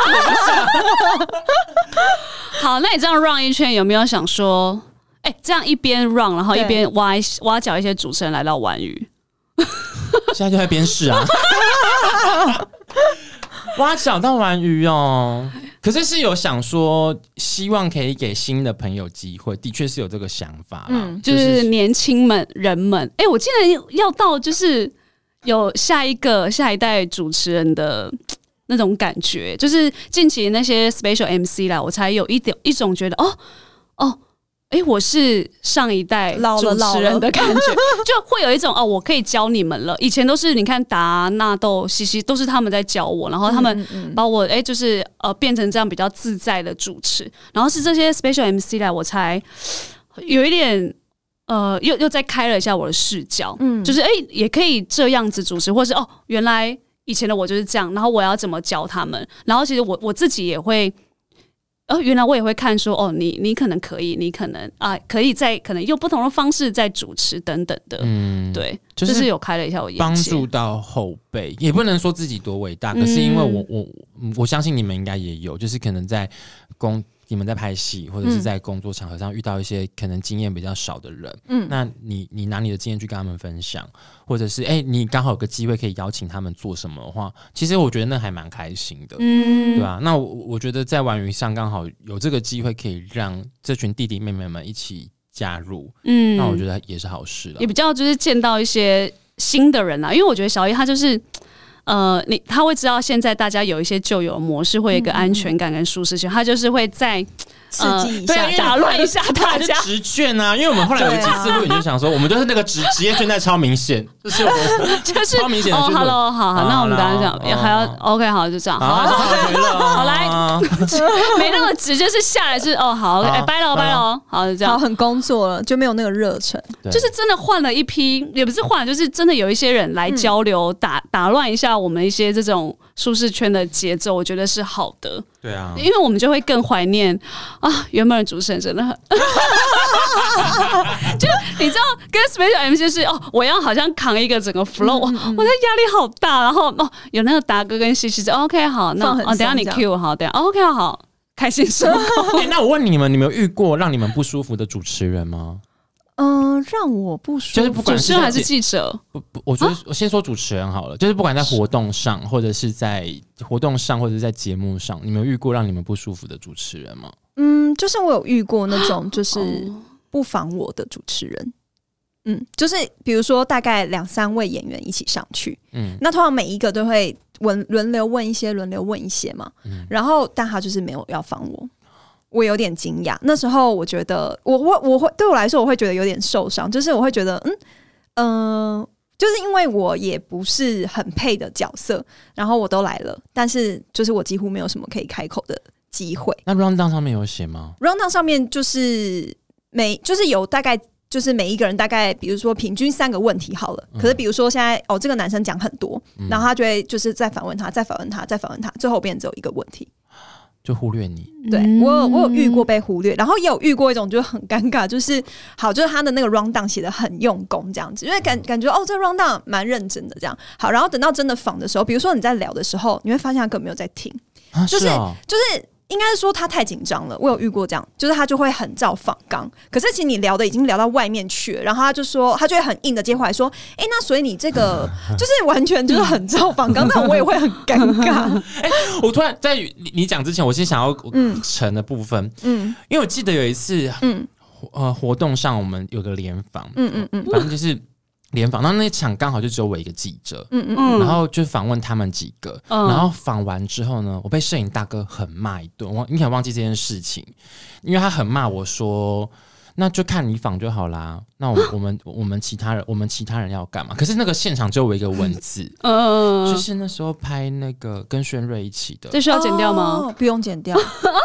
B: 好，那你这样 run 一圈，有没有想说，哎、这样一边 run，然后一
A: 对
B: 边挖一挖角一些主持人来到玩鱼？
C: 现在就在边 试啊。挖角到玩鱼哦，可是是有想说，希望可以给新的朋友机会，的确是有这个想法啦。
A: 嗯
B: 就是年轻们人们，哎、我记得要到就是有下一个下一代主持人的。那种感觉，就是近期那些 special MC 啦，我才有一点一种觉得，哦哦，哎、我是上一代
A: 老了
B: 主持人的感觉， 就会有一种哦，我可以教你们了。以前都是你看达纳豆、西西都是他们在教我，然后哦
A: 嗯
B: 他们把我哎、就是呃变成这样比较自在的主持，然后是这些 special MC 来，我才有一点呃又又再开了一下我的视角，嗯，就是哎、也可以这样子主持，或是哦原来以前的我就是这样，然后我要怎么教他们，然后其实我我自己也会。哦，原来我也会看说，哦，你你可能可以，你可能啊，可以在可能用不同的方式在主持等等的，
C: 嗯，
B: 对，
C: 就
B: 就是是有开了一下我眼界，
C: 帮助到后辈，也不能说自己多伟大，可是因为我我嗯我相信你们应该也有，就是可能在工你们在拍戏或者
B: 嗯
C: 是在工作场合上遇到一些可能经验比较少的人，嗯，那你你拿你的经验去跟他们分享，或者是哎、你刚好有个机会可以邀请他们做什么的话，其实我觉得那还蛮开心的，
B: 嗯，
C: 对吧、那我我觉得在玩鱼上刚好有这个机会可以让这群弟弟妹妹们一起加入，
B: 嗯，
C: 那我觉得也是好事了
B: 也。比较就是见到一些新的人啊啦，因为我觉得小一他就是。呃，你他会知道现在大家有一些旧有的模式，会有一个安全感跟舒
C: 嗯
B: 适性，他就是会在
A: 刺
B: 呃
A: 激一
B: 对
A: 下
B: 啊，打乱一下 大
C: 就
B: 家。
C: 直券啊，因为我们后来有几次录影就想说，我们就是那个职职业倦怠超明显，就是我们
B: 就是
C: 超明显的
B: 哦
C: 就是
B: ，Hello，好好，那我们等下
C: 好
B: 讲，
C: 好好
B: 还要 OK，好，就这样，好，
C: 好回了啊，
B: 好来没那么直，就是下来就是哦，好，哎，
C: 好
B: 拜喽，
C: 拜
B: 拜
C: 咯
B: 喽，好，就这
A: 然后
B: 样。
A: 很工作了，就没有那个热忱。
C: 对
B: 就是真的换了一批，也不是换，就是真的有一些人来交流，打打乱一下我们一些这种舒适圈的节奏，我觉得是好的，
C: 对啊，
B: 因为我们就会更怀念啊，原本的主持人真的很， 就你知道跟 special MC 就是哦，我要好像扛一个整个 flow，、哇我的压力好大，然后哦有那个达哥跟西西就、哦 OK 好，那
A: 放很
B: 哦等下
A: 松
B: 你
A: 这样
B: Q 好，等下、哦 OK 好，开心什么？
C: 哎那我问你们，你们有遇过让你们不舒服的主持人吗？
A: 嗯、让我不舒服。
C: 就是不管
B: 主持人还是
C: 在
B: 记者？哦
C: 不不，我觉得我先说主持人好了，就是不管在活动上，或者是在活动上，或者是在节目上，你们有遇过让你们不舒服的主持人吗？
A: 嗯，就是我有遇过那种就是
B: 哦
A: 不防我的主持人。嗯，就是比如说大概两三位演员一起上去，
C: 嗯
A: 那通常每一个都会轮轮流问一些，轮流问一些嘛。
C: 嗯
A: 然后，但他就是没有要放我，我有点惊讶。那时候我觉得，我我我会对我来说，我会觉得有点受伤，就是我会觉得，嗯嗯、呃就是因为我也不是很配的角色，然后我都来了，但是就是我几乎没有什么可以开口的机会。
C: 那 round down 上面有写吗？
A: round down 上面就是每就是有大概就是每一个人大概，比如说平均三个问题好了。可是比如说现在哦，这个男生讲很多，
C: 嗯
A: 然后他就会就是再反问他，再反问他，再反问他，最后变成只有一个问题。
C: 就忽略你，
A: 对我有我有遇过被忽略，然后也有遇过一种就很尴尬，就是好就是他的那个 round down 写的很用功这样子，因为感感觉哦这 round down 蛮认真的这样。好，然后等到真的访的时候，比如说你在聊的时候，你会发现他根本没有在听。
C: 啊
A: 就是
C: 哦
A: 就是应该是说他太紧张了，我有遇过这样，就是他就会很照仿纲，可是其实你聊的已经聊到外面去了，然后他就说他就会很硬的接回来说，哎、那所以你这个就是完全就是很照仿纲，那我也会很尴尬，
C: 我突然在你你讲之前，我先想要成的部分，
A: 嗯
C: 因为我记得有一次，
A: 嗯
C: 呃，活动上我们有个联访，
A: 嗯嗯嗯
C: 反正就是联访，然后那场刚好就只有我一个记者，
A: 嗯嗯，
B: 嗯
C: 然后就访问他们几个，
B: 嗯
C: 然后访完之后呢，我被摄影大哥很骂一顿，我忘你可能忘记这件事情，因为他很骂我说。那就看你访就好啦。那 我我们我们其他人我们其他人要干嘛？可是那个现场只有我一个文字，
B: 嗯，
C: 就是那时候拍那个跟轩瑞一起的，
B: 这需要剪掉吗？
A: 哦？不用剪掉，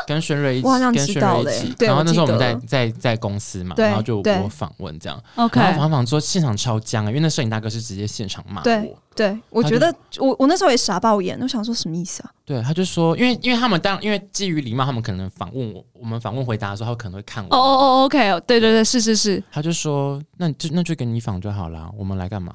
C: 跟轩瑞一起
A: 我好像，
C: 跟
A: 知
C: 轩
A: 道
C: 瑞
A: 嘞
C: 一起。
A: 对
C: 然后那时候我
A: 我记
C: 们
A: 得
C: 在在在公司嘛，
A: 对
C: 然后就
A: 对
C: 我访问这样，
B: OK，
C: 然后访访说现场超僵啊，因为那摄影大哥是直接现场骂
A: 对
C: 我，
A: 对，我觉得我我那时候也傻爆眼，我想说什么意思啊？
C: 对，他就说，因为因为他们当因为基于礼貌，他们可能访问我，我们访问回答的时候，他可能会看我，
B: 哦哦哦，OK，对对对，是是是，
C: 他就说，那你就那就给你访就好啦，我们来干嘛？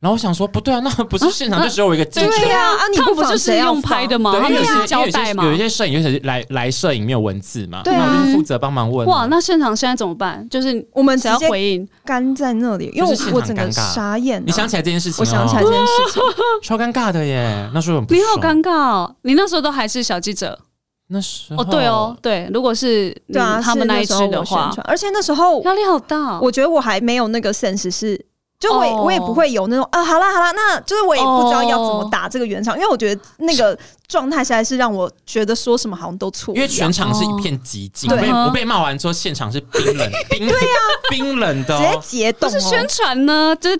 C: 然后我想说，不对啊，那不是现场就只有我一个记者。
A: 对呀，啊，你
B: 他们不
A: 仿
B: 就是
A: 谁要
B: 用拍的
A: 仿？
B: 吗？
C: 对，
B: 他
C: 因
B: 们
C: 为有
B: 就
C: 些
B: 是
C: 因
B: 交
C: 为
B: 代嘛
C: 有。一些摄影，有一些来来摄影没有文字嘛，
A: 对啊
C: 那我就是负责帮忙问啊。
B: 哇，那现场现在怎么办？就是
A: 我们直
B: 只要
A: 接
B: 回应，
A: 干在那里，因为
C: 就是现
A: 我我
C: 场
A: 整个
C: 尴尬
A: 傻眼啊。
C: 你想起来这件事情、哦？
A: 我想起来这件事情，
C: 超尴尬的耶，那时候很不
B: 你好
C: 爽
B: 尴尬哦！你那时候都还是小记者
C: 那时候
B: 哦，对哦，，对，如果是嗯
A: 对啊，
B: 他们
A: 是
B: 那一
A: 时候
B: 支的
A: 我宣
B: 话，
A: 传而且那时候
B: 压力好大哦。
A: 我觉得我还没有那个 sense 是就我也、
B: 哦
A: 我也不会有那种啊，好啦好啦，那就是我也不知道要怎
B: 哦
A: 么打这个圆场，因为我觉得那个状态实在是让我觉得说什么好像都错一
C: 因
A: 样，
C: 为全场是一片寂
B: 哦
C: 静，我被
B: 对啊
C: 我被骂完之后，现场是冰 冷，冰对呀，冰冷的哦
A: 直。接解冻、
B: 不
A: 哦，
B: 是宣传呢，就是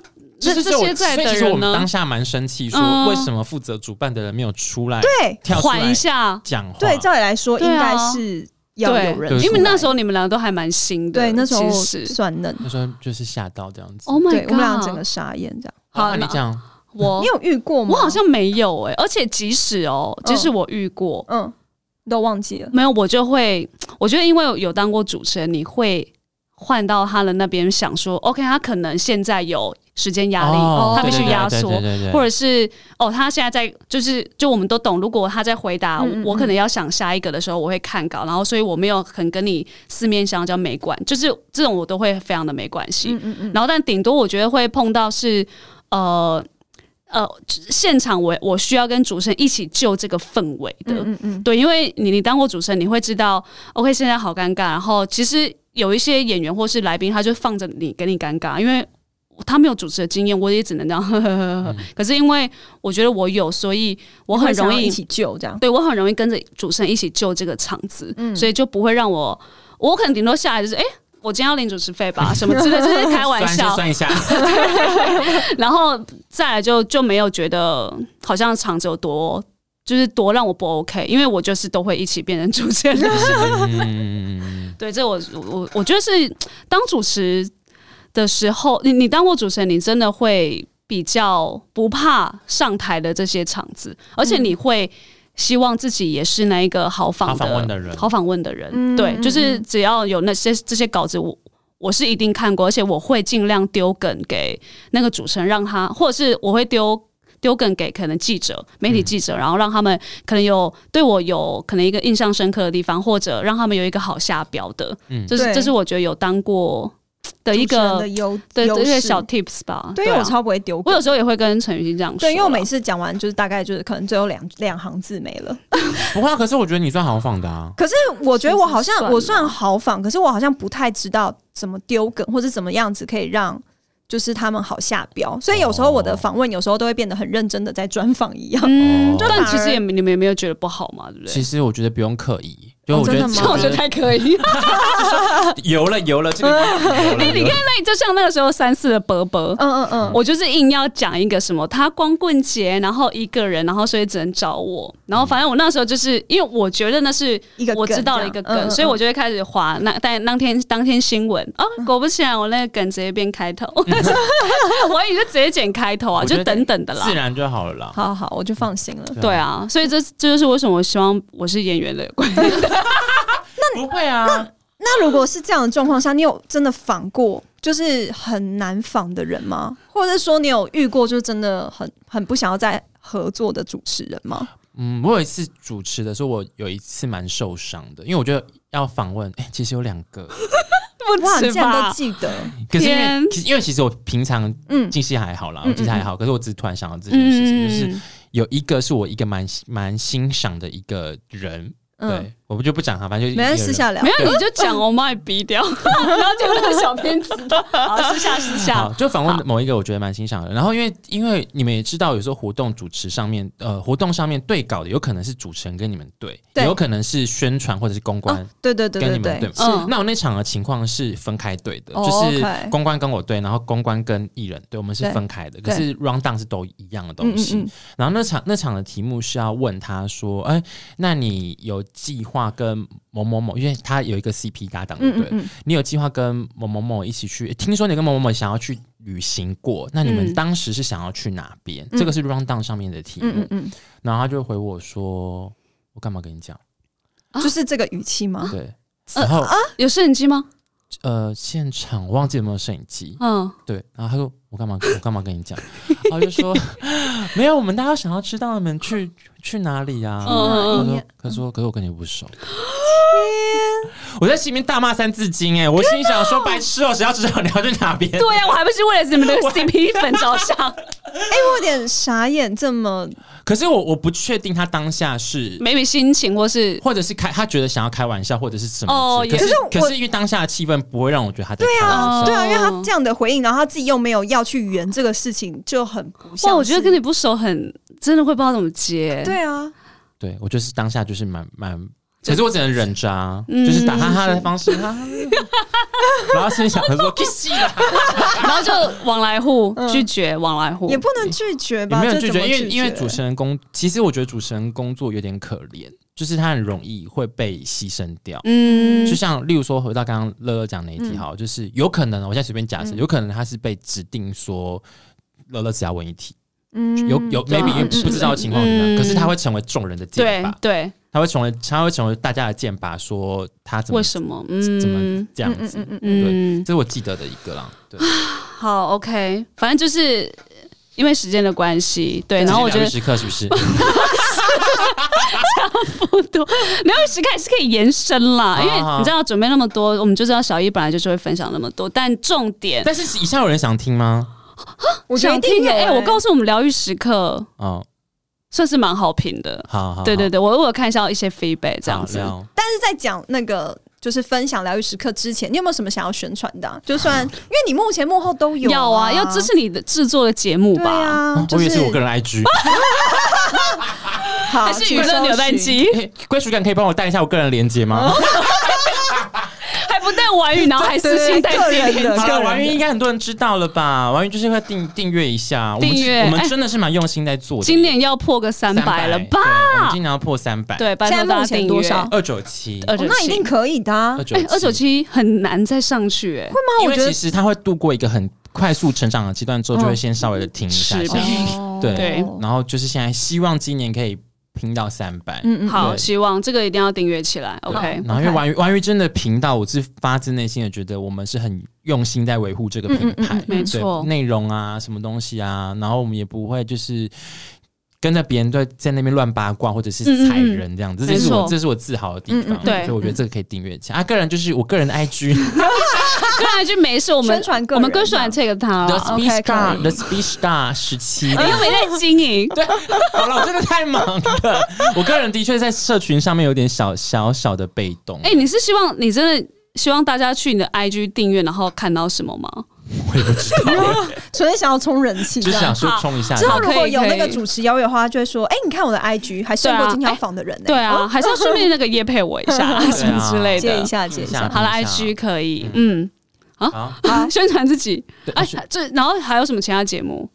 B: 这
C: 这就是
B: 这些
C: 我，所
B: 在
C: 以
B: 的
C: 其实我
B: 人
C: 们
B: 呢
C: 当，下蛮生气，说
B: 嗯
C: 为什么负责主办的人没有出来
A: 对
C: 跳出来
B: 缓一下，
C: 讲话？
A: 对，照理来说应
B: 对啊
A: 该是要
B: 对
A: 有人出
C: 就
A: 来，
C: 是
B: 因为那时候你们两个都还蛮新的，
A: 对那时候
B: 其实
A: 算嫩，
C: 那时候就是吓到这样子。
B: ，Oh my
A: 对
B: god，
A: 我们俩整个傻眼这样。
B: 好
C: 那你
B: 那
C: 讲，
B: 我
A: 你有遇过吗？
B: 我好像没有哎、而且即使哦，即使我遇过，
A: 嗯，你都忘记了。
B: 没有我就会，我觉得因为有当过主持人，你会换到他的那边想说，OK，他可能现在有时间压力，
C: 哦
B: 他必须
C: 对对对
B: 压
C: 对
B: 缩
C: 对对对
B: 或者是哦，他现在在就是就我们都懂，如果他在回答
A: 嗯嗯嗯
B: 我可能要想下一个的时候，我会看稿，然后所以我没有很跟你四面相交没关，就是这种我都会非常的没关系。
A: 嗯嗯
B: 然后但顶多我觉得会碰到是呃呃现场我我需要跟主持人一起救这个氛围的，
A: 嗯嗯嗯，
B: 对，因为你你当过主持人，你会知道，OK，现在好尴尬。然后其实有一些演员或是来宾，他就放着你给你尴尬，因为他没有主持的经验，我也只能这样呵呵呵
C: 嗯
B: 呵。 可是因为我觉得我有，所以我很容
A: 你会想要
B: 易
A: 一起救这样。
B: 对我很容易跟着主持人一起救这个场子，
A: 嗯
B: 所以就不会让我，我可能顶多下来就是，哎、我今天要领主持费吧，什么之类，就是开 玩
C: 算就
B: 笑，
C: 算一下，
B: 然后再来就就没有觉得好像场子有多。就是多让我不 OK，因为我就是都会一起变成主持人的
C: 嗯，
B: 对，这我我我觉得是当主持的时候，你你当过主持人，你真的会比较不怕上台的这些场子，而
A: 嗯
B: 且你会希望自己也是那一个好访
C: 好访问的人
B: 好访问的人。
A: 嗯
B: 对，
A: 嗯
B: 就是只要有那些这些稿子，我我是一定看过，而且我会尽量丢梗给那个主持人，让他或者是我会丢。丢梗给可能记者、媒体记者，然后让他们可能有对我有可能一个印象深刻的地方，或者让他们有一个好下标的，
C: 嗯
B: 这是
A: 对
B: 这是我觉得有当过的一
A: 主持人
B: 个
A: 的优
B: 对
A: 优
B: 一
A: 势
B: 个小 tips 吧。
A: 对，因
B: 啊
A: 为我超不会丢
B: 我
A: 梗。
B: 有时候也会跟陈雨欣这样说啦，啊
A: 对，因为我每次讲完就是大概就是可能最后两两行字没了。
C: 不过可是我觉得你算好访的啊，
A: 可是我觉得我好
B: 其
A: 像
B: 实算
A: 我算好仿，可是我好像不太知道怎么丢梗或者怎么样子可以让就是他们好下标，所以有时候我的访问有时候都会变得很认真的在专访一样。
B: 嗯
C: 哦，
B: 但其
A: 反
B: 实
A: 而
B: 也你们也没有觉得不好嘛，对不
C: 其
B: 对？
C: 实我觉得不用刻意，就我
A: 哦
C: 觉得
A: 真
B: 这
A: 的吗
B: 我觉得太可以，
C: 油了油了，这个油
B: 哎
C: 了油 了
B: 那就像那个时候三四的伯伯。
A: 嗯嗯嗯，
B: 我就是硬要讲一个什么，他光棍节，然后一个人，然后所以只能找我，然后反正我那时候就是因为我觉得那是
A: 一个
B: 我知道了
A: 这
B: 一
A: 样嗯
B: 个梗，
A: 嗯
B: 所以我
A: 嗯
B: 就会开始划那但当天当天新闻啊，果不其然，我那个梗直接变开头， 我也就直接剪开头啊，
C: 我觉
B: 就
C: 得
B: 等等的啦
C: 自。然就好了啦。
A: 好好，我就放心了。
B: 对啊，所以这这就是为什么我希望我是演员的关系。
C: 不会啊，
A: 那如果是这样的状况下，你有真的仿过就是很难仿的人吗？或者说你有遇过就是真的很很不想要再合作的主持人吗？
C: 嗯，我有一次主持的时候，我有一次蛮受伤的，因为我觉得要访问，哎、其实有两个，
B: 不
A: 哇，你
B: 止
A: 竟然都
B: 吧？
A: 记得，
C: 可是因为
B: 天
C: 其实因为其实我平常
A: 嗯
C: 近视还好啦，
A: 嗯
C: 我近视还好，可是我只是突然想到这件事情，
B: 嗯
C: 就是有一个是我一个蛮蛮欣赏的一个人，
A: 嗯，
C: 对我不就不讲他，反正就
A: 没
C: 有
A: 人
C: 一个
A: 私
C: 人
A: 下聊
B: 没。有，你就讲，我把你逼掉， 然后结果那个小编知道， 好，私下私
C: 好，
B: 下，
C: 就访问某一个我觉得蛮欣赏的。然后因为因为你们也知道，有时候活动主持上面，呃，活动上面对稿的有可能是主持人跟你们对，
A: 对
C: 也有可能是宣传或者是公关。
A: 哦对对对
C: 跟你
A: 对
C: 们
A: 对
C: 对吗，
B: 嗯
C: 那我那场的情况是分开对的，
A: 哦
C: 就是
A: OK
C: 公关跟我对，然后公关跟艺人对，我们是
A: 对
C: 分开的。可
A: 对
C: 是 round down 是都一样
A: 嗯
C: 的东
A: 嗯
C: 西。
A: 嗯，
C: 然后那场那场的题目是要问他说：“哎、那你有计划跟某某某，因为他有一个 CP 搭档，对
A: 嗯
C: 不
A: 嗯
C: 对？
A: 嗯，
C: 你有计划跟某某某一起去？听说你跟某某某想要去旅行过，那你们
B: 嗯
C: 当时是想要去哪边？
A: 嗯
C: 这个是 round down 上面的题目。
A: 嗯嗯
C: 然后他就回我说：我干嘛跟你讲？
A: 嗯，就是这个语气吗？
C: 对。”
A: 呃
C: 然后
B: 有摄影机吗？
C: 呃，现场我忘记有没有摄影机，
B: 嗯，
C: 对，然后他说我干嘛我干嘛跟你讲， 然后就说没有，我们大家想要知道你们去去哪里呀、
B: 嗯
C: 啊？
B: 嗯
C: 他
A: 哦嗯
C: 说他说可是我跟你不熟，我在心里面大骂三字经哎、我心里想说白痴哦、谁要知道你要去哪边？
B: 对呀、啊我还不是为了你们的 CP 粉着想，
A: 哎、我有点傻眼，这么
C: 可是我我不确定他当下是。
B: 没 y 心情或是
C: 或者是开，他觉得想要开玩笑，或者是什么
B: 哦
C: 之类？可
B: 也
C: 是
A: 是
C: 可
A: 我
C: 是因为当下的气氛不会让我觉得他在开玩
B: 哦
C: 笑。
A: 对啊，因为他这样的回应，然后他自己又没有要去圆这个事情，就很不像
B: 哇，
A: 是。
B: 我觉得跟你不熟很，真的会不知道怎么接。
A: 对啊，
C: 对我就是当下就是蛮蛮，可是我只能忍着啊，
B: 嗯
C: 就是打哈哈的方式，哈哈 然后心里想着说 kiss 啦，
B: 然后就往来户
A: 嗯
B: 拒绝往来户
A: 也，不能拒绝
C: 也
A: 吧？
C: 没有
A: 这
C: 拒
A: 怎么
C: 绝，因为因为
A: 拒
C: 主持人工，其实我觉得主持人工作有点可怜，就是他很容易会被牺牲掉。
B: 嗯
C: 就像例如说，回到刚刚乐乐讲那一题好了，就是有可能，哦我现在随便假设，有可能他是被指定说乐乐只要问一题，
A: 嗯
C: 有有
B: 对啊
C: maybe 因为
B: 嗯
C: 不知道的情况怎么
B: 嗯
C: 样，可是他会成为众人的箭
B: 对
C: 靶，
B: 对，
C: 他会成为他会成为大家的箭靶，说他怎么
B: 为什么？
C: 怎
B: 嗯
C: 么这样子，
A: 嗯嗯
B: 嗯，
C: 这是我记得的一个啦。 对，
B: 好，OK，反正就是因为时间的关系，对，然后我觉得
C: 时刻是 不是？
B: 不多，没有时刻也是可以延伸啦，
C: 好
B: 因为
C: 好
B: 你知道准备那么多，我们就知道小易本来就是会分享那么多，但重点。
C: 但是以下有人想听吗？
A: 我觉得
B: 想
A: 一定
B: 听
A: 有
B: 哎、
A: 欸
B: 我告诉我们疗愈时刻
C: 哦，
B: 算是蛮好评的，
C: 好好好，
B: 对对对，我我有看一下一些 feedback 这样子，
C: 好聊
A: 但是在讲那个就是分享疗愈时刻之前，你有没有什么想要宣传的啊、就 算因为你目前幕后都有、
B: 要啊，
A: 啊，
B: 要支持你的制作的节目
A: 对
B: 吧，
A: 啊
C: 哦，
A: 就
C: 我以为是我个人 IG，
A: 好
B: 还是娱乐扭蛋，
A: 请搜寻
B: 机，
C: 诶归属感可以帮我带一下我个人连接
B: 哦
C: 吗？
B: 还不但玩语，然后还私信带
A: 个
B: 自己
A: 人的
C: 好
A: 个
C: 了，
A: 人
C: 王
A: 的
C: 云应该很多人知道了吧？王云就是会订订阅一下，我们
B: 订阅
C: 我
B: 哎
C: 们真的是蛮用心在做的。
B: 今年要破个三百了吧？
C: 对我们今年要破三百，，
B: 对，拜托
A: 现在
B: 大
A: 目
B: 家
A: 前
B: 订
A: 多
B: 阅。
A: 少
C: 二九七，
B: 二
A: 哦
B: 九
A: 那一定可以的、啊
C: 二。九
B: 哎，二九七很难再上去哎、
A: 会吗？
C: 呃
A: 我
C: 因为
A: 觉得
C: 其实他会度过一个很快速成长的阶段之后，就会先稍微的停一下
B: 嗯是
C: 下， 对
B: 对
A: 哦
C: 然后就是现在希望今年可以拼到三百。
A: 嗯嗯，
B: 好，
C: 对
B: 希望这个一定要订阅起来。OK，
C: 然后因为玩鱼玩鱼真的频道，我是发自内心的觉得我们是很用心在维护这个品牌，
A: 嗯嗯嗯嗯
B: 没
C: 对
B: 错
C: 内容啊，什么东西啊，然后我们也不会就是跟着别人在在那边乱八卦或者是踩人这样子，
B: 嗯嗯嗯
C: 这是
B: 没
C: 我
B: 错
C: 这是我自豪的地
A: 嗯
C: 方，
A: 嗯
B: 嗯对
C: 所以我觉得这个可以订阅起来啊。个人就是我个人 的 IG
B: 个人就没事，我们
A: 宣传个
B: 我
A: 人啊
B: 们更喜欢 take 他哦
C: The
B: 了，
A: 哦 OK，
C: Speed
A: 可
C: Star
A: 以
C: The Speed Star 十七
B: 因为没在经营。
C: 对，好了，我真的太忙了。我个人的确在社群上面有点小小小的被动。
B: 哎，你是希望你真的希望大家去你的 IG 订阅，然后看到什么吗？
C: 我也不知道，
A: 纯粹想要冲人气
C: 就
A: 这
C: 是
A: 样
C: 想。说冲一下
A: 之
C: 这
A: 后
C: 样。
A: 如果有
B: 可以可
A: 那
B: 以
A: 个主持邀约的话，就会说：“哎、你看我的 IG，还胜过今天要访的人呢、
B: 对啊，还是要顺便那个夜配我一下什么之类
A: 接
B: 的
A: 一。下，接一
C: 接一
A: 下
C: 下。
B: 好了，IG 可以，嗯，
C: 好，
A: 好
B: 宣传自己。
C: 对
B: 哎，这然后还有什么其他节目？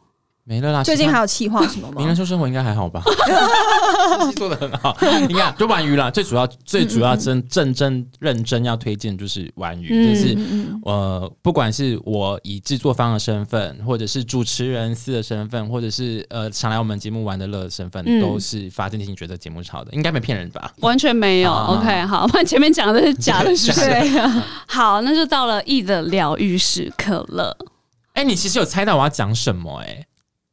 C: 没了啦。
A: 最近
C: 其
A: 还
C: 他
A: 有气话什么
C: 名人
A: 吗？
C: 说生活应该还 好吧？其实做的很好，你看就玩鱼啦。最主要最主要真正真认真要推荐就是玩鱼，
B: 嗯
C: 就是
A: 嗯
C: 呃，不管是我以制作方的身份，或者是主持人司的身份，或者是呃常来我们节目玩的乐的身份，
B: 嗯
C: 都是发自内心觉得节目是好的，应该没骗人吧？
B: 完全没有。
C: 啊
B: OK，好，不然前面讲的是假 的，是不是？
A: 对啊，
B: 好，那就到了 E 的疗愈时刻了。
C: 哎、你其实有猜到我要讲什么、哎，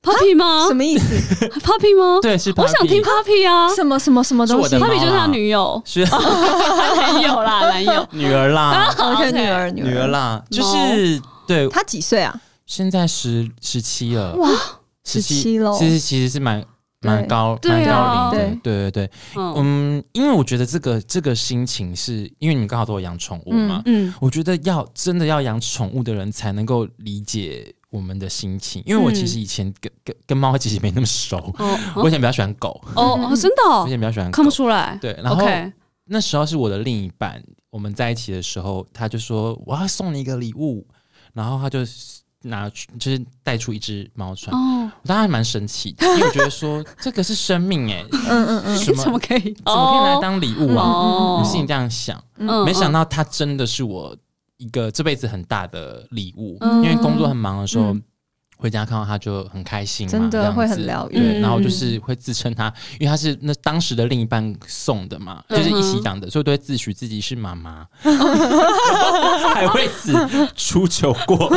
B: Poppy 吗
A: 什么意思？
B: ？Poppy 吗？
C: 对，是 Barbie，
B: 我想听 Poppy 啊。
A: 什么什么什么
C: 是
A: 东
C: 我
A: 西
C: 的？
B: Poppy
C: 猫
B: 就
C: 啦
B: 是他女 友，
C: 是
B: 男友啦，男 友。
C: 女儿 啦，
B: 啊
A: 我的女儿，啊女
C: 女儿
A: 儿，
C: 啦，就是对，
A: 她几岁啊？
C: 现在十十七了，
A: 哇，
C: 十
A: 17咯
C: 其实其实是蛮蛮
A: 对
C: 高
B: 对
C: 蛮
B: 啊
C: 高龄的，对对对，
B: 嗯
C: 嗯，因为我觉得这个这个心情是因为你们刚好都有养宠物嘛，
B: 嗯，
C: 我觉得要真的要养宠物的人才能够理解我们的心情，因为我
B: 嗯
C: 其实以前跟跟跟猫其实没那么熟，
B: 哦
C: 我以前比较喜欢狗，
B: 哦哦，真的
C: 我
B: 哦，
C: 以前比较喜欢狗
B: 看不，出来。
C: 对，然后
B: OK，
C: 那时候是我的另一半，我们在一起的时候，他就说我要送你一个礼物，然后他就拿去就是带出一只猫出来，
B: 哦，
C: 我当然蛮生气的，因为我觉得说这个是生 命哎、
A: 嗯嗯嗯，
C: 什
B: 怎
C: 么怎
B: 么
C: 么
B: 可以？
C: 可以拿来当礼物啊？
B: 哦
C: 我心里这样想，
B: 嗯
C: 没想到他真的是我一个这辈子很大的礼物，
B: 嗯
C: 因为工作很忙的时候。回家看到他就很开心嘛，
A: 嗯真的
C: 这样子
A: 会很疗愈
C: 对，然后
B: 嗯
C: 就是会自称他，因为他是那当时的另一半送的嘛，就是一起养的，所以都会自诩自己是妈妈，还为此出糗过。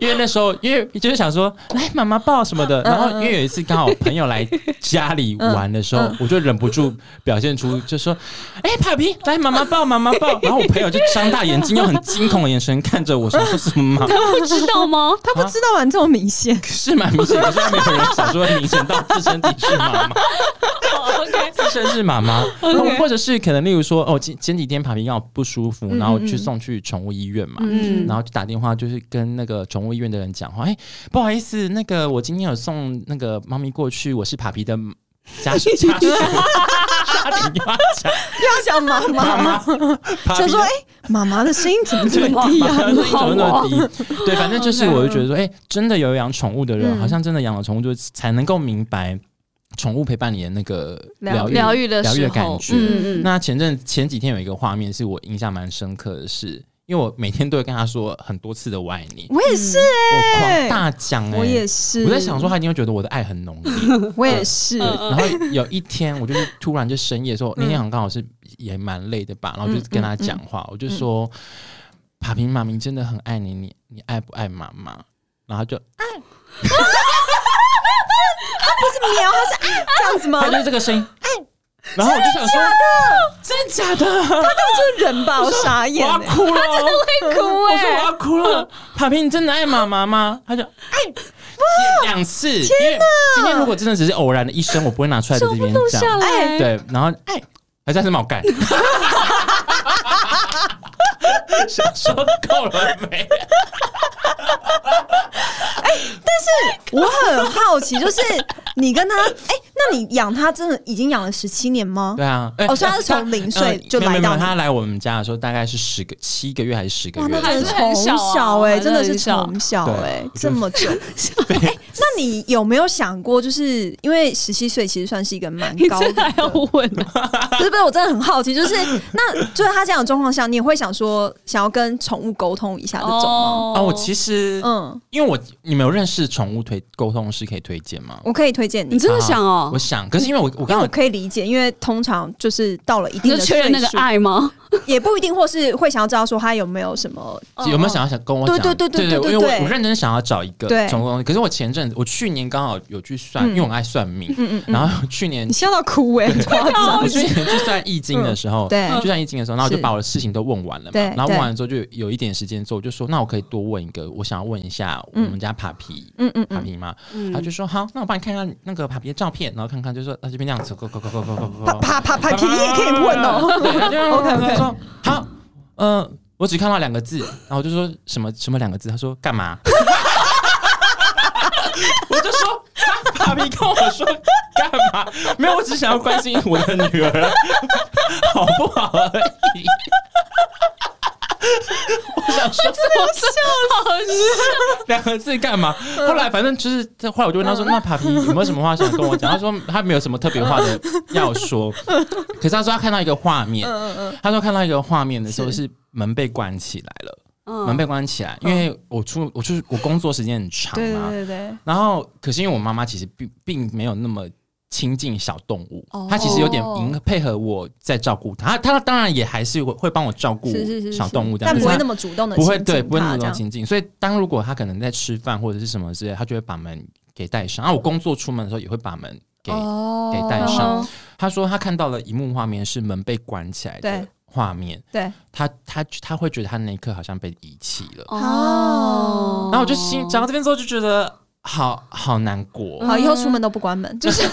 C: 因为那时候，因为就是想说来妈妈抱什么
A: 嗯
C: 的，然后因为有一次刚好朋友来家里玩的时
A: 嗯
C: 候，我就忍不住表现出就说：“哎、帕皮，来妈妈抱，妈妈抱。”然后我朋友就张大眼睛，用很惊恐的眼神看着我说：“说什么妈妈？”
B: 不 知道吗？
A: 他不知道啊玩这么明显，
C: 是蛮明显，可是没有人想说明显到自身自己是妈妈，
A: 哦
B: o k
C: 自身是妈妈，
B: OK
C: 或者是可能例如说，哦，前前几天帕皮刚好不舒服，
A: 嗯
C: 然后去送去宠物医院嘛。
B: 嗯
C: 然后就打电话，就是跟那个宠物医院的人讲话，哎、不好意思，那个我今天有送那个猫咪过去，我是帕皮的 家属家属，差点要讲
A: 要想妈
C: 妈妈
A: 妈，，
C: 帕皮
A: 想
C: 的
A: 说哎，妈妈的声音怎么这么低
C: 把
A: 啊？
C: 它的音
B: 好
C: 怎么那
B: 啊
C: 么低？对，反正就是，
B: OK
C: 我就觉得说，哎、真的有养宠物的人，
A: 嗯
C: 好像真的养了宠物，就才能够明白宠物陪伴你的那个疗愈
B: 疗愈的
C: 疗愈
B: 时
C: 的
B: 候，
C: 感觉。
B: 嗯嗯，
C: 那前阵前几天有一个画面是我印象蛮深刻的是。因为我每天都会跟他说很多次的我爱你，
A: 我也是，
C: 我狂大讲
B: 嗯
C: 哎、
A: 我也是，
C: 我在想说，他一定会觉得我的爱很浓烈，
A: 我也是，
B: 嗯
C: 对，然后有一天，我就是突然就深夜的时候，那天好像刚好是也蛮累的吧，然后就跟他讲话，我就说：“帕平妈咪真的很爱你，你你爱不爱妈妈？”然后他就
A: 是喵，他是啊这样子吗
B: 哎
C: 他？就是这个声音，然后我就想说：“真的假的？
A: 这人吧，我傻
C: 我
A: 眼
C: 要
A: 欸
C: 哭了！”哦
B: 哭
C: 我
B: 哎、
C: 说我要 哭了，帕平，你真的爱妈妈吗？他就哎爱两次，因为今天如果真的只是偶然的一声，我不会拿出来在这边 讲。
B: 下来，
A: 哎
C: 对，然后哎，还在是毛干。想说够了没？
A: 我很好奇，就是你跟他，哎、那你养他真的已经养了十七年吗？
C: 对啊，哎
A: 哦所以他是从零岁就
C: 没有
A: 来
C: 没有
A: 到你
C: 他来我们家的时候，大概是十个七个月还是十个
A: 哇，
C: 月
A: 那
C: 的时
A: 真的
C: 候？
A: 从
B: 还是很小
A: 小
B: 啊
A: 哎、
B: 还是
A: 真的是
B: 很小
A: 从小
C: 对
A: 哎、
C: 我觉
A: 这
C: 得
A: 么 久。哎、那你有没有想过，就是因为十七岁其实算是一个蛮
B: 你
A: 高
B: 这还要
A: 的，
B: 问啊、
A: 不是不是，我真的很好奇，就是那就是他这样的状况下，你也会想说想要跟宠物沟通一下这种吗？
C: 啊，
B: 哦
C: 我其实
A: 嗯，
C: 因为我你们有认识宠物推沟通师可以推荐吗？
A: 我可以推荐
B: 你
A: 你。
B: 真的想哦
C: 啊我？想，可是因为我我
A: 因
C: 刚
A: 为
C: 好
A: 我可以理解，因为通常就是到了一
B: 你
A: 定
B: 就
A: 的
B: 确
A: 岁
B: 认那个
A: 数，
B: 爱吗？
A: 也不一定，或是会想要知道说他有没有什么
C: 有没有想要想跟我讲？
A: 对对对对
C: 对
A: 对
C: 因为
A: 对
C: 我我认真想要找一个
A: 对
C: 宠物沟通，可是我前阵子我去年刚好有去算，
A: 嗯
C: 因为我很爱算命，然后去年
A: 你笑到哭哎、欸， 夸
C: 我
A: 张
C: 去年就算易经的时候，
A: 对
C: 就算易经的时候，然后我
A: 是
C: 就把我的事情都问完了嘛，
A: 对
C: 然后问
A: 对
C: 完了之后就有一点时间之后，我就说那我可以多问一个，我想要问一下我们家帕皮，
A: 嗯嗯
C: 帕皮吗？他就说好，那我帮你看看那个帕皮的照片，然后看看就说他这边这样子，go go go go go go go，
A: 啪啪啪啪，皮也可以问哦。
C: 对，他就让我他说好，嗯，我只看到两个字，然后我就说什么什么两个字，他说干嘛？我就说爸比跟我说干嘛？没有，我只是想要关心我的女儿好不好而已。我想说两个字干嘛？后来反正就是，后来我就问
A: 嗯
C: 他说：“那帕皮有没有什么话想跟我讲？”他说：“他没有什么特别话的要 说。”可是他说他看到一个画面，
A: 嗯
C: 他说看到一个画面的时候是门被关起来了，
A: 嗯
C: 门被关起来，因为我出我出我工作时间很长
A: 对
C: 嘛，
A: 对对对，
C: 然后可是因为我妈妈其实并并没有那么。亲近小动物，
A: 哦
C: 她其实有点迎配合我在照顾她，她她当然也还是会会帮我照顾
B: 是是是是
C: 小动物这样，
A: 但不
C: 可
A: 会
C: 是她
A: 那么主动的，
C: 不会对，不会那种
A: 情。
C: 情境。所以当如果他可能在吃饭或者是什么之类，他就会把门给带上。啊，我工作出门的时候也会把门给。
A: 哦
C: 给戴上他说他看到了一幕画面是门被关起来
A: 对
C: 的画面，
A: 对，哦
C: 他他他会觉得他那一刻好像被遗弃了。
B: 哦，
C: 然后我就心讲到这边之后就觉得好好难过。
A: 好，以后出门都不关门， 就是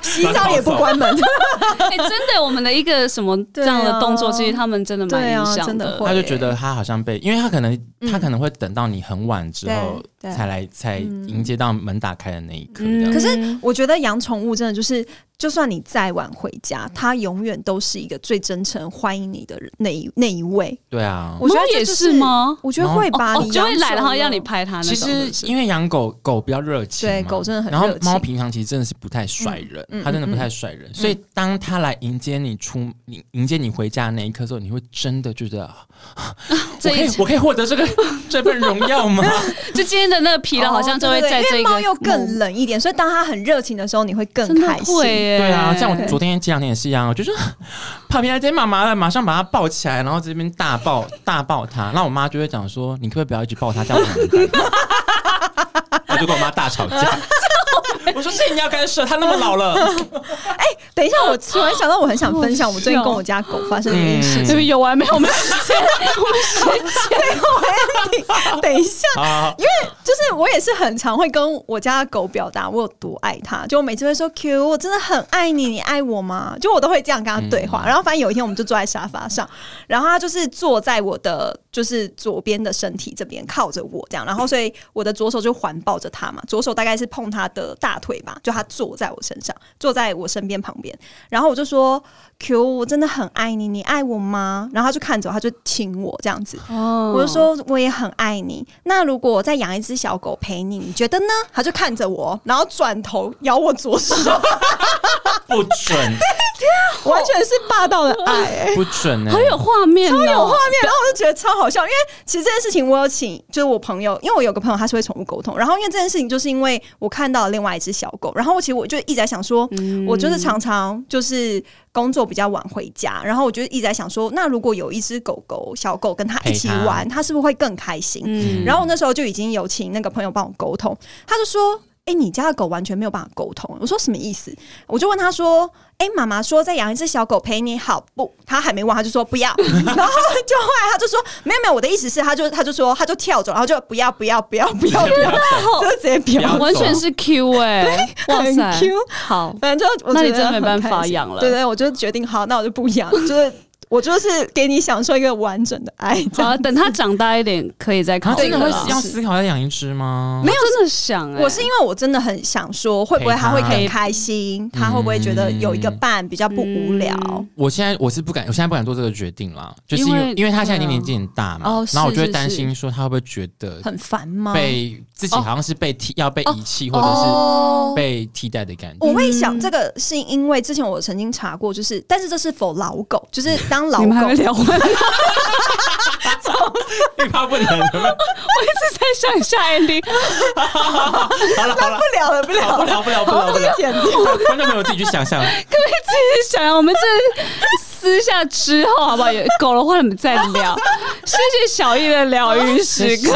A: 洗澡也不关门，
B: 哎、真的，我们的一个什么这样的动作，
A: 对啊
B: 其实他们真的蛮
A: 对啊
B: 影响
A: 真的会
C: 他就觉得他好像被，因为他可能、
A: 嗯
C: 他可能会等到你很晚之后
A: 对对
C: 才来才迎接到门打开的那一刻。
B: 嗯
C: 这样
A: 可是我觉得养宠物真的就是，就算你再晚回家，它永远都是一个最真诚欢迎你的人那一那一位。
C: 对啊，
A: 我觉得
B: 猫
A: 这
B: 也？
A: 就是
B: 吗？
A: 我觉得会吧，
B: 哦
A: 你
B: 就会来，然后让
A: 让
B: 你拍它那
C: 其
B: 种。
C: 实因为养狗，狗比较热情嘛，
A: 对狗真的很
C: 然后
A: 热情
C: 猫平常其实真的是不太甩人，
A: 嗯嗯
C: 它真的不太甩人，所以当它来迎接你出，迎迎接你回家的那一刻之后，你会真的觉得，啊我
B: 这
C: 可
B: 一
C: 以我可以获得这个这份荣耀吗？
B: 就今天天的那个疲劳好像就会在
A: 哦对对对
B: 这
A: 因为
B: 个
A: 猫又更
B: 梦
A: 冷一点，所以当它很热情的时候，你会更
B: 真的
A: 开心。
B: 会耶，
C: 对啊，像我
A: 对
C: 昨天前两天也是一样，我就说 帕皮来今天妈妈了，马上把它抱起来，然后这边大抱大抱它，那我妈就会讲说，你可不可以不要一直抱它，这样我很难看 我就跟我妈大吵 架。我说这你要干涉，它那么老了，
A: 等一下，我突然想到，我很想分享我最近
B: 好笑
A: 跟我家狗发生的一 件事。
B: 对不起有完没有？我们时间，我 们时间。
A: 等一下，
C: 啊，
A: 因为就是我也是很常会跟我家的狗表达我有多爱它，就我每次会说 Q，我真的很爱你，你爱我吗？就我都会这样跟它对话。然后反正有一天我们就坐在沙发上，然后它就是坐在我的就是左边的身体这边靠着我这样，然后所以我的左手就环抱着它嘛，左手大概是碰它的大腿吧，就它坐在我身上，坐在我身边旁边，然后我就说 Q，我真的很爱你，你爱我吗？然后它就看着我，它就亲我这样子，
B: 哦
A: 我就，说我也很爱你。那如果我再养一只小狗陪你，你觉得呢？他就看着我，然后转头咬我左手，
C: 不准
A: 完全是霸道的爱、欸。
C: 不准呢、
B: 好有画面，哦超有
A: 画面，然后 我就觉得超好笑，因为其实这件事情我有请，就是我朋友，因为我有个朋友他是会宠物沟通，然后因为这件事情，就是因为我看到了另外一只小狗，然后我其实我就一直在想说，
B: 嗯
A: 我就是常常就是工作比较晚回家，然后我就一直在想说，那如果有一只狗狗小狗跟他一起
C: 陪它
A: 玩，它是不是会更开心？
B: 嗯
A: 然后我那时候就已经有请那个朋友帮我沟通，他就说。哎、你家的狗完全没有办法沟通。我说什么意思？我就问他说：“哎、妈妈说再养一只小狗陪你好不？”他还没问，他就说不要。 然后就后来他就说：“没有没有，我的意思是，他就他就说他就跳走，然后就不要不要不要不要不要，就直接
C: 嗯不要
A: 表
C: 走
B: 完全是 Q 哎，哇
A: 很
B: 塞
A: Q。
B: 好，
A: 反正就我
B: 那你
A: 觉得
B: 真的没办
A: 很
B: 法
A: 开心
B: 养了
A: 对对，我就决定好，那我就不养，就是我就是给你享受一个完整的爱。 这样
B: 好，啊等他长大一点可以再考
C: 啊，
B: 虑
C: 真的
B: 了
C: 会
B: 啦。
C: 要思考要养一只吗？
B: 没有真的想欸，
A: 我是因为我真的很想说，会不会他会更开心？他会不会觉得有一个伴比较不无聊？
B: 嗯
C: 我现在我是不敢，我现在不敢做这个决定啦，就是因
B: 因
C: 为
B: 为
C: 因为他现在已经
B: 对啊
C: 年纪很大嘛，
B: 哦
C: 然后我就会
B: 是是
C: 担心说他会不会觉得
A: 很烦吗？
C: 被自己
B: 哦
C: 好像是被替、要被遗弃、或者
A: 哦
C: 是被替代的感 觉。
A: 我会想这个是因为之前我曾经查过，就是但是这是否老狗，就是当老
B: 你们还没
A: 狗。
B: 聊完，我一直
C: 他不能，
B: 在想下 ending。
C: 好了好了，
A: 不聊了， 不聊
C: 好不
A: 了，
C: 聊不聊不聊不聊，
A: 简掉。
C: 观众朋友自己去想象。
B: 自己想啊，我们这私下之后好不好？有狗的话，我们再聊。谢谢小易的疗愈时刻。
C: 谢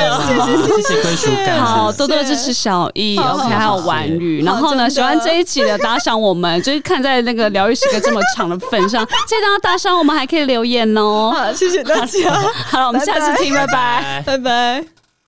C: 谢归属感，
B: 好，
C: 谢谢
B: 多多支持小易
A: 好
B: ，OK，
A: 好
B: 还有
C: 谢谢
B: 婉瑜。
A: 好
B: 然后
A: 真
B: 呢，
A: 的
B: 喜欢这一集的打赏我们，就是看在那个疗愈时刻这么长的份上，记得要打赏我们，还可以留言哦。
A: 好，谢谢大家，
B: 好了，我们下次听，拜拜。
A: 拜拜。